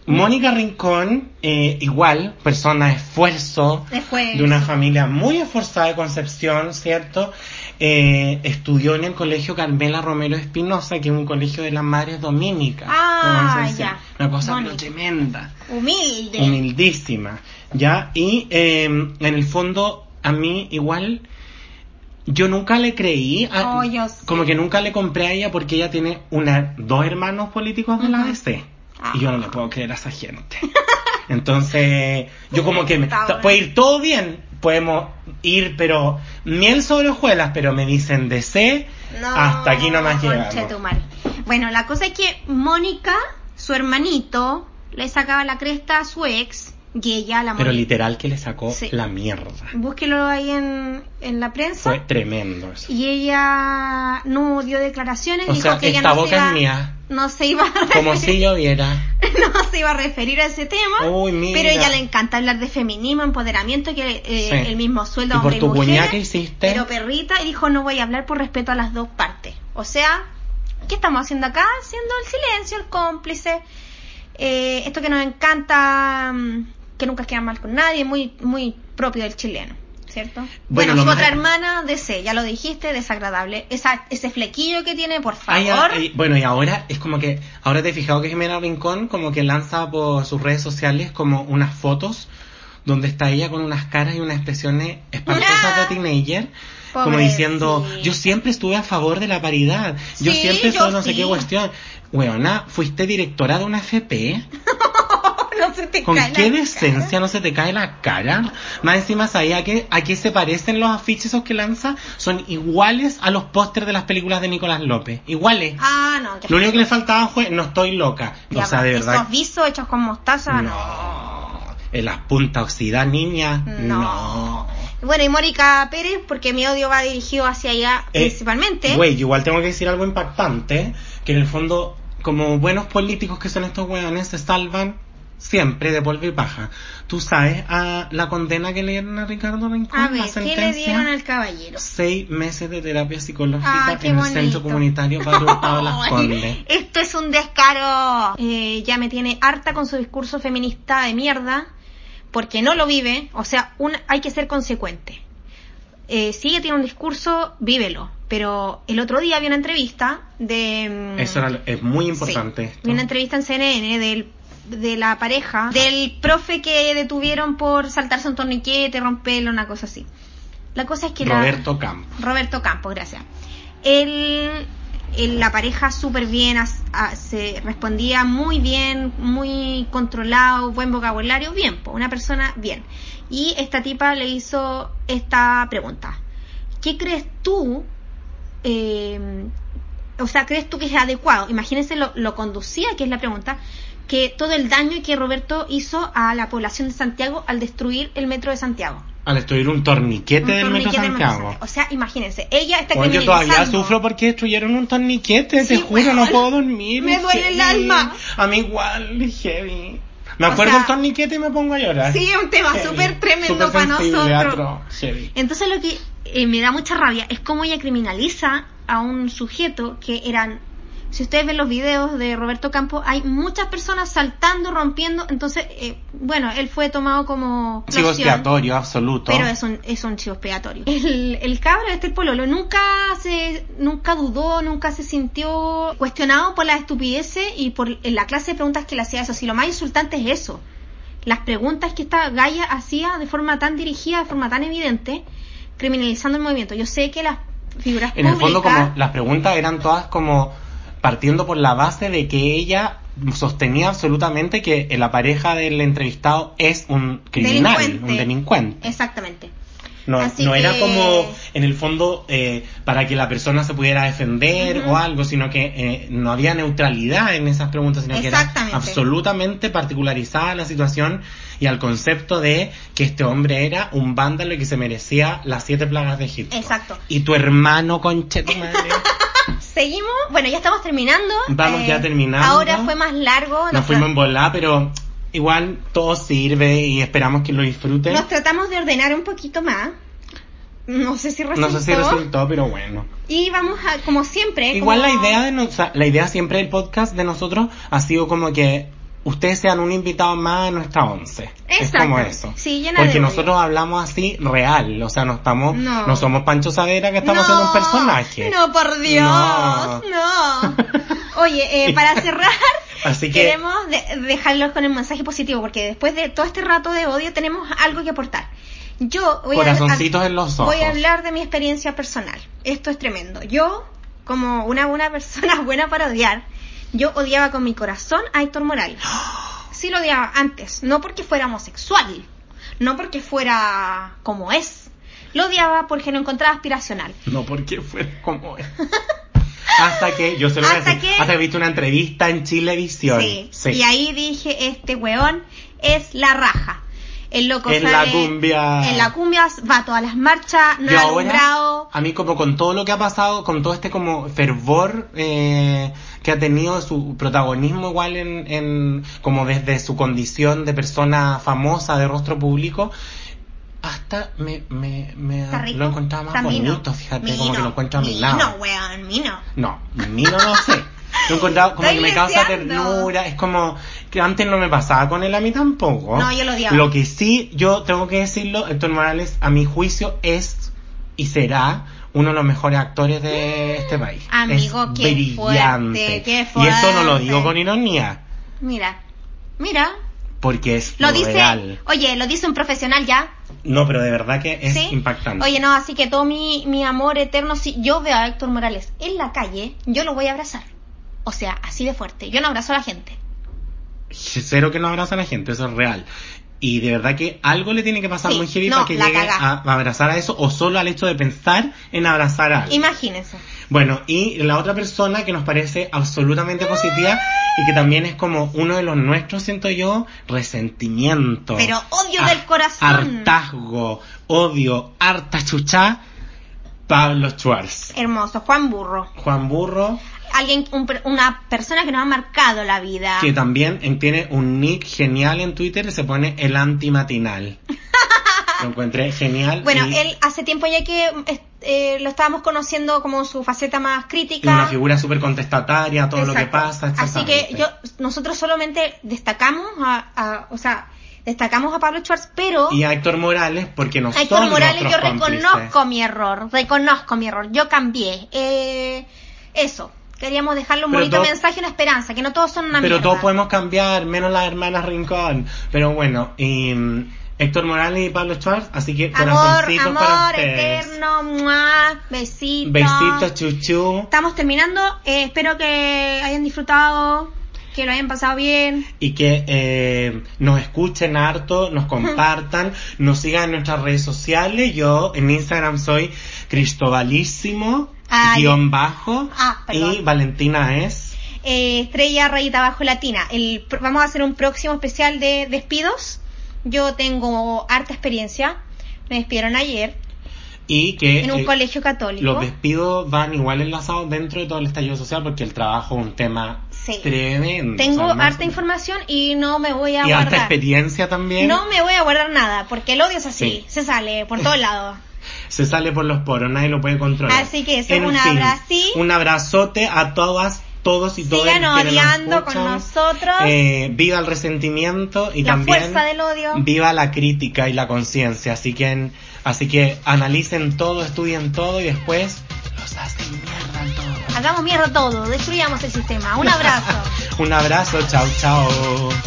Speaker 2: Mónica Rincón, eh, igual, persona de esfuerzo,
Speaker 3: Después.
Speaker 2: de una familia muy esforzada de Concepción, ¿cierto? Eh, estudió en el colegio Carmela Romero Espinosa, que es un colegio de las Madres Dominicas. de
Speaker 3: Ah,
Speaker 2: Concepción.
Speaker 3: ya.
Speaker 2: Una cosa pero
Speaker 3: Bonito.
Speaker 2: tremenda,
Speaker 3: Humilde.
Speaker 2: humildísima, ¿ya? Y eh, en el fondo, a mí igual, yo nunca le creí, a-
Speaker 3: Oh, yo sé.
Speaker 2: como que nunca le compré a ella porque ella tiene una, dos hermanos políticos de la
Speaker 3: Ujú.
Speaker 2: ADC.
Speaker 3: Ah.
Speaker 2: Y yo no le puedo creer a esa gente. Entonces, yo como que me-
Speaker 3: Está bueno.
Speaker 2: puede ir todo bien, podemos ir, pero miel sobre hojuelas, pero me dicen de C,
Speaker 3: No,
Speaker 2: hasta aquí nomás llegamos.
Speaker 3: conchetumare. Bueno, la cosa es que Mónica, su hermanito, le sacaba la cresta a su ex y ella, la
Speaker 2: Pero
Speaker 3: Mónica.
Speaker 2: literal que le sacó
Speaker 3: Sí.
Speaker 2: la mierda.
Speaker 3: Búsquelo ahí en, en la prensa.
Speaker 2: Fue tremendo eso.
Speaker 3: Y ella no dio declaraciones.
Speaker 2: O
Speaker 3: dijo
Speaker 2: sea,
Speaker 3: que ella
Speaker 2: esta
Speaker 3: no se
Speaker 2: boca
Speaker 3: iba,
Speaker 2: es mía.
Speaker 3: No se iba a
Speaker 2: Como si lloviera.
Speaker 3: no se iba a referir a ese tema,
Speaker 2: Uy, mira.
Speaker 3: pero ella le encanta hablar de feminismo, empoderamiento, que eh,
Speaker 2: Sí.
Speaker 3: el mismo sueldo
Speaker 2: Y por
Speaker 3: hombre
Speaker 2: tu
Speaker 3: y mujer,
Speaker 2: cuñada que hiciste.
Speaker 3: pero perrita, y dijo no voy a hablar por respeto a las dos partes. O sea, ¿qué estamos haciendo acá? Haciendo el silencio, el cómplice, eh, esto que nos encanta, mm, que nunca queda mal con nadie, muy, muy propio del chileno. ¿Cierto? Bueno,
Speaker 2: Bueno, lo
Speaker 3: su
Speaker 2: más-
Speaker 3: otra hermana de C, ya lo dijiste, desagradable. Esa, ese flequillo que tiene, por favor.
Speaker 2: Ay, ay, bueno, y ahora es como que, ahora te he fijado que Jimena Rincón como que lanza por sus redes sociales como unas fotos donde está ella con unas caras y unas expresiones espantosas
Speaker 3: Ah.
Speaker 2: de teenager, como
Speaker 3: Pobrecita.
Speaker 2: diciendo, yo siempre estuve a favor de la paridad, yo
Speaker 3: Sí,
Speaker 2: siempre
Speaker 3: yo
Speaker 2: soy no sé
Speaker 3: sí.
Speaker 2: qué cuestión. Weona, fuiste directora de una FP,
Speaker 3: no se te
Speaker 2: ¿con
Speaker 3: cae la
Speaker 2: qué
Speaker 3: cara.
Speaker 2: decencia no se te cae la cara? Más encima sabía que a qué se parecen los afiches esos que lanza, son iguales a los pósters de las películas de Nicolás López, iguales.
Speaker 3: Ah, no, que
Speaker 2: Lo único que le faltaba fue, no estoy loca. o sea, de verdad.
Speaker 3: Esos visos hechos con mostaza, no.
Speaker 2: No. En las puntas oxidadas, niña.
Speaker 3: No.
Speaker 2: No.
Speaker 3: Bueno, y Mónica Pérez, porque mi odio va dirigido hacia ella
Speaker 2: Eh,
Speaker 3: principalmente.
Speaker 2: Güey, igual tengo que decir algo impactante, que en el fondo, como buenos políticos que son estos weones, se salvan siempre de polvo y paja. ¿Tú sabes a la condena que le dieron a Ricardo Rincón?
Speaker 3: A
Speaker 2: la
Speaker 3: ver, ¿qué le
Speaker 2: sentencia?
Speaker 3: dieron al caballero?
Speaker 2: Seis meses de terapia
Speaker 3: Ah,
Speaker 2: psicológica
Speaker 3: qué
Speaker 2: en el
Speaker 3: bonito.
Speaker 2: centro comunitario Padre Hurtado de las
Speaker 3: Ay,
Speaker 2: Condes.
Speaker 3: Esto es un descaro. Eh, ya me tiene harta con su discurso feminista de mierda, porque no lo vive. O sea, un- hay que ser consecuente. Eh, si ella tiene un discurso, vívelo. Pero el otro día vi una entrevista de... mm,
Speaker 2: Eso era lo- es muy importante.
Speaker 3: Sí.
Speaker 2: esto.
Speaker 3: Vi una entrevista en CNN del, de la pareja, del profe que detuvieron por saltarse un torniquete, romperlo, una cosa así. La cosa es que la-
Speaker 2: Roberto Campos.
Speaker 3: Roberto Campos, gracias. Él, él- la pareja súper bien, as- a- se respondía muy bien, muy controlado, buen vocabulario, bien, po, una persona bien. Y esta tipa le hizo esta pregunta. ¿Qué crees tú? eh, o sea, ¿crees tú que es adecuado? Imagínense lo, lo conducía, que es la pregunta, que todo el daño que Roberto hizo a la población de Santiago al destruir el metro de Santiago.
Speaker 2: Al destruir un torniquete
Speaker 3: Un
Speaker 2: del Metro
Speaker 3: torniquete del Metro
Speaker 2: Santiago.
Speaker 3: Santiago. O sea, imagínense, ella está
Speaker 2: Porque yo
Speaker 3: criminalizando.
Speaker 2: todavía sufro porque destruyeron un torniquete,
Speaker 3: Sí,
Speaker 2: te juro,
Speaker 3: weón.
Speaker 2: no puedo dormir.
Speaker 3: Me
Speaker 2: es
Speaker 3: duele el alma.
Speaker 2: A mí igual, es heavy. Me
Speaker 3: O
Speaker 2: acuerdo
Speaker 3: sea,
Speaker 2: un torniquete y me pongo a llorar.
Speaker 3: Sí, es un tema
Speaker 2: Heavy.
Speaker 3: súper tremendo
Speaker 2: Súper
Speaker 3: para
Speaker 2: sensible,
Speaker 3: nosotros.
Speaker 2: atro, heavy.
Speaker 3: Entonces lo que eh, me da mucha rabia es cómo ella criminaliza a un sujeto que eran... Si ustedes ven los videos de Roberto Campos, hay muchas personas saltando, rompiendo. Entonces, eh, bueno, él fue tomado como... la
Speaker 2: Chivo
Speaker 3: opción.
Speaker 2: expiatorio, absoluto.
Speaker 3: Pero es un, es un chivo expiatorio. El, el cabro, este pololo, nunca se, nunca dudó, nunca se sintió cuestionado por las estupideces y por la clase de preguntas que le hacía eso. Si lo más insultante es eso. Las preguntas que esta Gaia hacía de forma tan dirigida, de forma tan evidente, criminalizando el movimiento. Yo sé que las figuras
Speaker 2: En el fondo,
Speaker 3: públicas-
Speaker 2: como las preguntas eran todas como partiendo por la base de que ella sostenía absolutamente que la pareja del entrevistado es un criminal,
Speaker 3: Delincuente.
Speaker 2: un delincuente.
Speaker 3: Exactamente.
Speaker 2: No,
Speaker 3: Así
Speaker 2: no era
Speaker 3: que-
Speaker 2: como, en el fondo, eh, para que la persona se pudiera defender
Speaker 3: Ujú.
Speaker 2: o algo, sino que eh, no había neutralidad en esas preguntas, sino que era
Speaker 3: Exactamente.
Speaker 2: absolutamente particularizada la situación y al concepto de que este hombre era un vándalo y que se merecía las siete plagas de Egipto.
Speaker 3: Exacto.
Speaker 2: Y tu hermano, conchetumare.
Speaker 3: Seguimos. Bueno, ya estamos terminando. Eh,
Speaker 2: Vamos ya terminando.
Speaker 3: Ahora fue más largo.
Speaker 2: Nos fuimos en volar, pero igual todo sirve y esperamos que lo disfruten.
Speaker 3: Nos tratamos de ordenar un poquito más. No sé si resultó.
Speaker 2: No sé si resultó, pero bueno.
Speaker 3: Y vamos a, como siempre.
Speaker 2: Igual
Speaker 3: como-
Speaker 2: la idea de nos- la idea siempre del podcast de nosotros ha sido como que ustedes sean un invitado más a nuestra once. Es
Speaker 3: Exacto.
Speaker 2: como eso.
Speaker 3: Sí, llena de
Speaker 2: Porque
Speaker 3: odio.
Speaker 2: nosotros hablamos así real, o sea, no estamos,
Speaker 3: No.
Speaker 2: no, somos Pancho Savera que estamos haciendo un personaje.
Speaker 3: No, por Dios, no.
Speaker 2: No.
Speaker 3: Oye, eh, para cerrar,
Speaker 2: Así que-
Speaker 3: queremos de- dejarlos con el mensaje positivo, porque después de todo este rato de odio tenemos algo que aportar. Yo voy a-
Speaker 2: Corazoncitos
Speaker 3: a,
Speaker 2: en los ojos.
Speaker 3: voy a hablar de mi experiencia personal. Esto es tremendo. Yo, como una buena persona buena para odiar, yo odiaba con mi corazón a Héctor Morales. Sí lo odiaba antes, no porque fuera homosexual, no porque fuera como es. Lo odiaba porque lo encontraba aspiracional.
Speaker 2: No porque fue como es. Hasta que, yo se lo voy a
Speaker 3: Hasta
Speaker 2: decir,
Speaker 3: que-
Speaker 2: hasta que viste una entrevista en Chilevisión.
Speaker 3: Sí. Y ahí dije, este weón es la raja. El loco
Speaker 2: En
Speaker 3: sale-
Speaker 2: la cumbia.
Speaker 3: En la cumbia va a todas las marchas, no
Speaker 2: Yo
Speaker 3: ha
Speaker 2: ahora,
Speaker 3: alumbrado.
Speaker 2: a mí como con todo lo que ha pasado, con todo este como fervor eh, que ha tenido su protagonismo igual en, en como desde su condición de persona famosa, de rostro público, hasta me, me, me
Speaker 3: Está rico.
Speaker 2: lo encontraba más
Speaker 3: Está mino.
Speaker 2: bonito, fíjate, como
Speaker 3: Mino.
Speaker 2: que lo encuentro a mi
Speaker 3: Mino,
Speaker 2: lado.
Speaker 3: weón, mino.
Speaker 2: No, mino no sé. Lo he encontrado como
Speaker 3: Estoy
Speaker 2: que me causa
Speaker 3: deseando.
Speaker 2: ternura, es como que antes no me pasaba con él a mí tampoco.
Speaker 3: No, yo lo odiaba.
Speaker 2: Lo que sí, yo tengo que decirlo, Héctor Morales a mi juicio es y será uno de los mejores actores de este país.
Speaker 3: Amigo,
Speaker 2: Es
Speaker 3: qué fuerte, qué
Speaker 2: Y eso no lo
Speaker 3: fuerte.
Speaker 2: digo con ironía,
Speaker 3: Mira, mira.
Speaker 2: porque es
Speaker 3: Lo dice,
Speaker 2: real.
Speaker 3: oye, lo dice un profesional ya,
Speaker 2: No, pero de verdad que es
Speaker 3: ¿sí?
Speaker 2: impactante.
Speaker 3: Oye, no, así que todo mi, mi amor eterno, si yo veo a Héctor Morales en la calle, yo lo voy a abrazar. O sea, así de fuerte. Yo no abrazo a la gente.
Speaker 2: Cero que no abrazan a la gente, eso es real. Y de verdad que algo le tiene que pasar
Speaker 3: Sí,
Speaker 2: muy heavy
Speaker 3: no,
Speaker 2: para que
Speaker 3: la
Speaker 2: llegue
Speaker 3: cagá.
Speaker 2: a a abrazar a eso o solo al hecho de pensar en abrazar a alguien.
Speaker 3: Imagínense.
Speaker 2: Bueno, y la otra persona que nos parece absolutamente positiva y que también es como uno de los nuestros, siento yo, resentimiento. Ah,
Speaker 3: Pero odio del corazón.
Speaker 2: Hartazgo, odio, harta chucha, Pablo Schwartz.
Speaker 3: Hermoso, Juan Burro.
Speaker 2: Juan Burro,
Speaker 3: Alguien, un per- una persona que nos ha marcado la vida.
Speaker 2: que también en- tiene un nick genial en Twitter y se pone el antimatinal. Lo encontré genial.
Speaker 3: Bueno,
Speaker 2: y
Speaker 3: él hace tiempo ya que es- eh, lo estábamos conociendo como su faceta más
Speaker 2: y una
Speaker 3: crítica.
Speaker 2: figura súper contestataria, todo lo que
Speaker 3: Exacto.
Speaker 2: pasa.
Speaker 3: Así que
Speaker 2: exactamente.
Speaker 3: yo, nosotros solamente destacamos a, a- o sea, destacamos a Pablo Schwartz, pero
Speaker 2: Y a Héctor Morales, porque no
Speaker 3: a Héctor
Speaker 2: son
Speaker 3: Morales yo
Speaker 2: nuestros
Speaker 3: reconozco
Speaker 2: cómplices.
Speaker 3: mi error, reconozco mi error, yo cambié. Eh, eso, queríamos dejarle un
Speaker 2: Pero
Speaker 3: bonito
Speaker 2: todo-
Speaker 3: mensaje, una esperanza, que no todos son una
Speaker 2: Pero
Speaker 3: mierda.
Speaker 2: todos podemos cambiar, menos las hermanas Rincón. Pero bueno, y, mm, Héctor Morales y Pablo Schwartz, así que
Speaker 3: Amor,
Speaker 2: corazoncitos para
Speaker 3: amor
Speaker 2: ustedes.
Speaker 3: eterno, muah, besitos.
Speaker 2: Besitos, chuchu.
Speaker 3: Estamos terminando. eh, espero que hayan disfrutado, que lo hayan pasado bien.
Speaker 2: Y que eh, nos escuchen harto, nos compartan, nos sigan en nuestras redes sociales. Yo en Instagram soy Cristobalísimo,
Speaker 3: Ay.
Speaker 2: guión bajo.
Speaker 3: Ah, perdón.
Speaker 2: y Valentina es.
Speaker 3: Eh, estrella rayita abajo latina. El, pr- vamos a hacer un próximo especial de despidos. Yo tengo harta experiencia. Me despidieron ayer
Speaker 2: Y que.
Speaker 3: en un
Speaker 2: eh,
Speaker 3: colegio católico.
Speaker 2: Los despidos van igual enlazados dentro de todo el estallido social porque el trabajo es un tema
Speaker 3: Sí.
Speaker 2: tremendo.
Speaker 3: Tengo
Speaker 2: o sea, no
Speaker 3: harta
Speaker 2: sé.
Speaker 3: información y no me voy a
Speaker 2: Y harta
Speaker 3: guardar.
Speaker 2: experiencia también.
Speaker 3: No me voy a guardar nada, porque el odio es así,
Speaker 2: Sí.
Speaker 3: se sale por todos lados.
Speaker 2: Se sale por los poros, nadie lo puede controlar.
Speaker 3: Así que eso,
Speaker 2: En
Speaker 3: un
Speaker 2: fin,
Speaker 3: abrací.
Speaker 2: Un abrazote a todas, todos y todas.
Speaker 3: Sigan odiando con nosotros.
Speaker 2: viva el resentimiento eh, y
Speaker 3: La
Speaker 2: también.
Speaker 3: fuerza del odio.
Speaker 2: Viva la crítica y la conciencia. Así que, así que analicen todo, estudien todo y después los hacen mierda a todos.
Speaker 3: Hagamos mierda todo, destruyamos el sistema. Un abrazo.
Speaker 2: Un abrazo, chao, chao.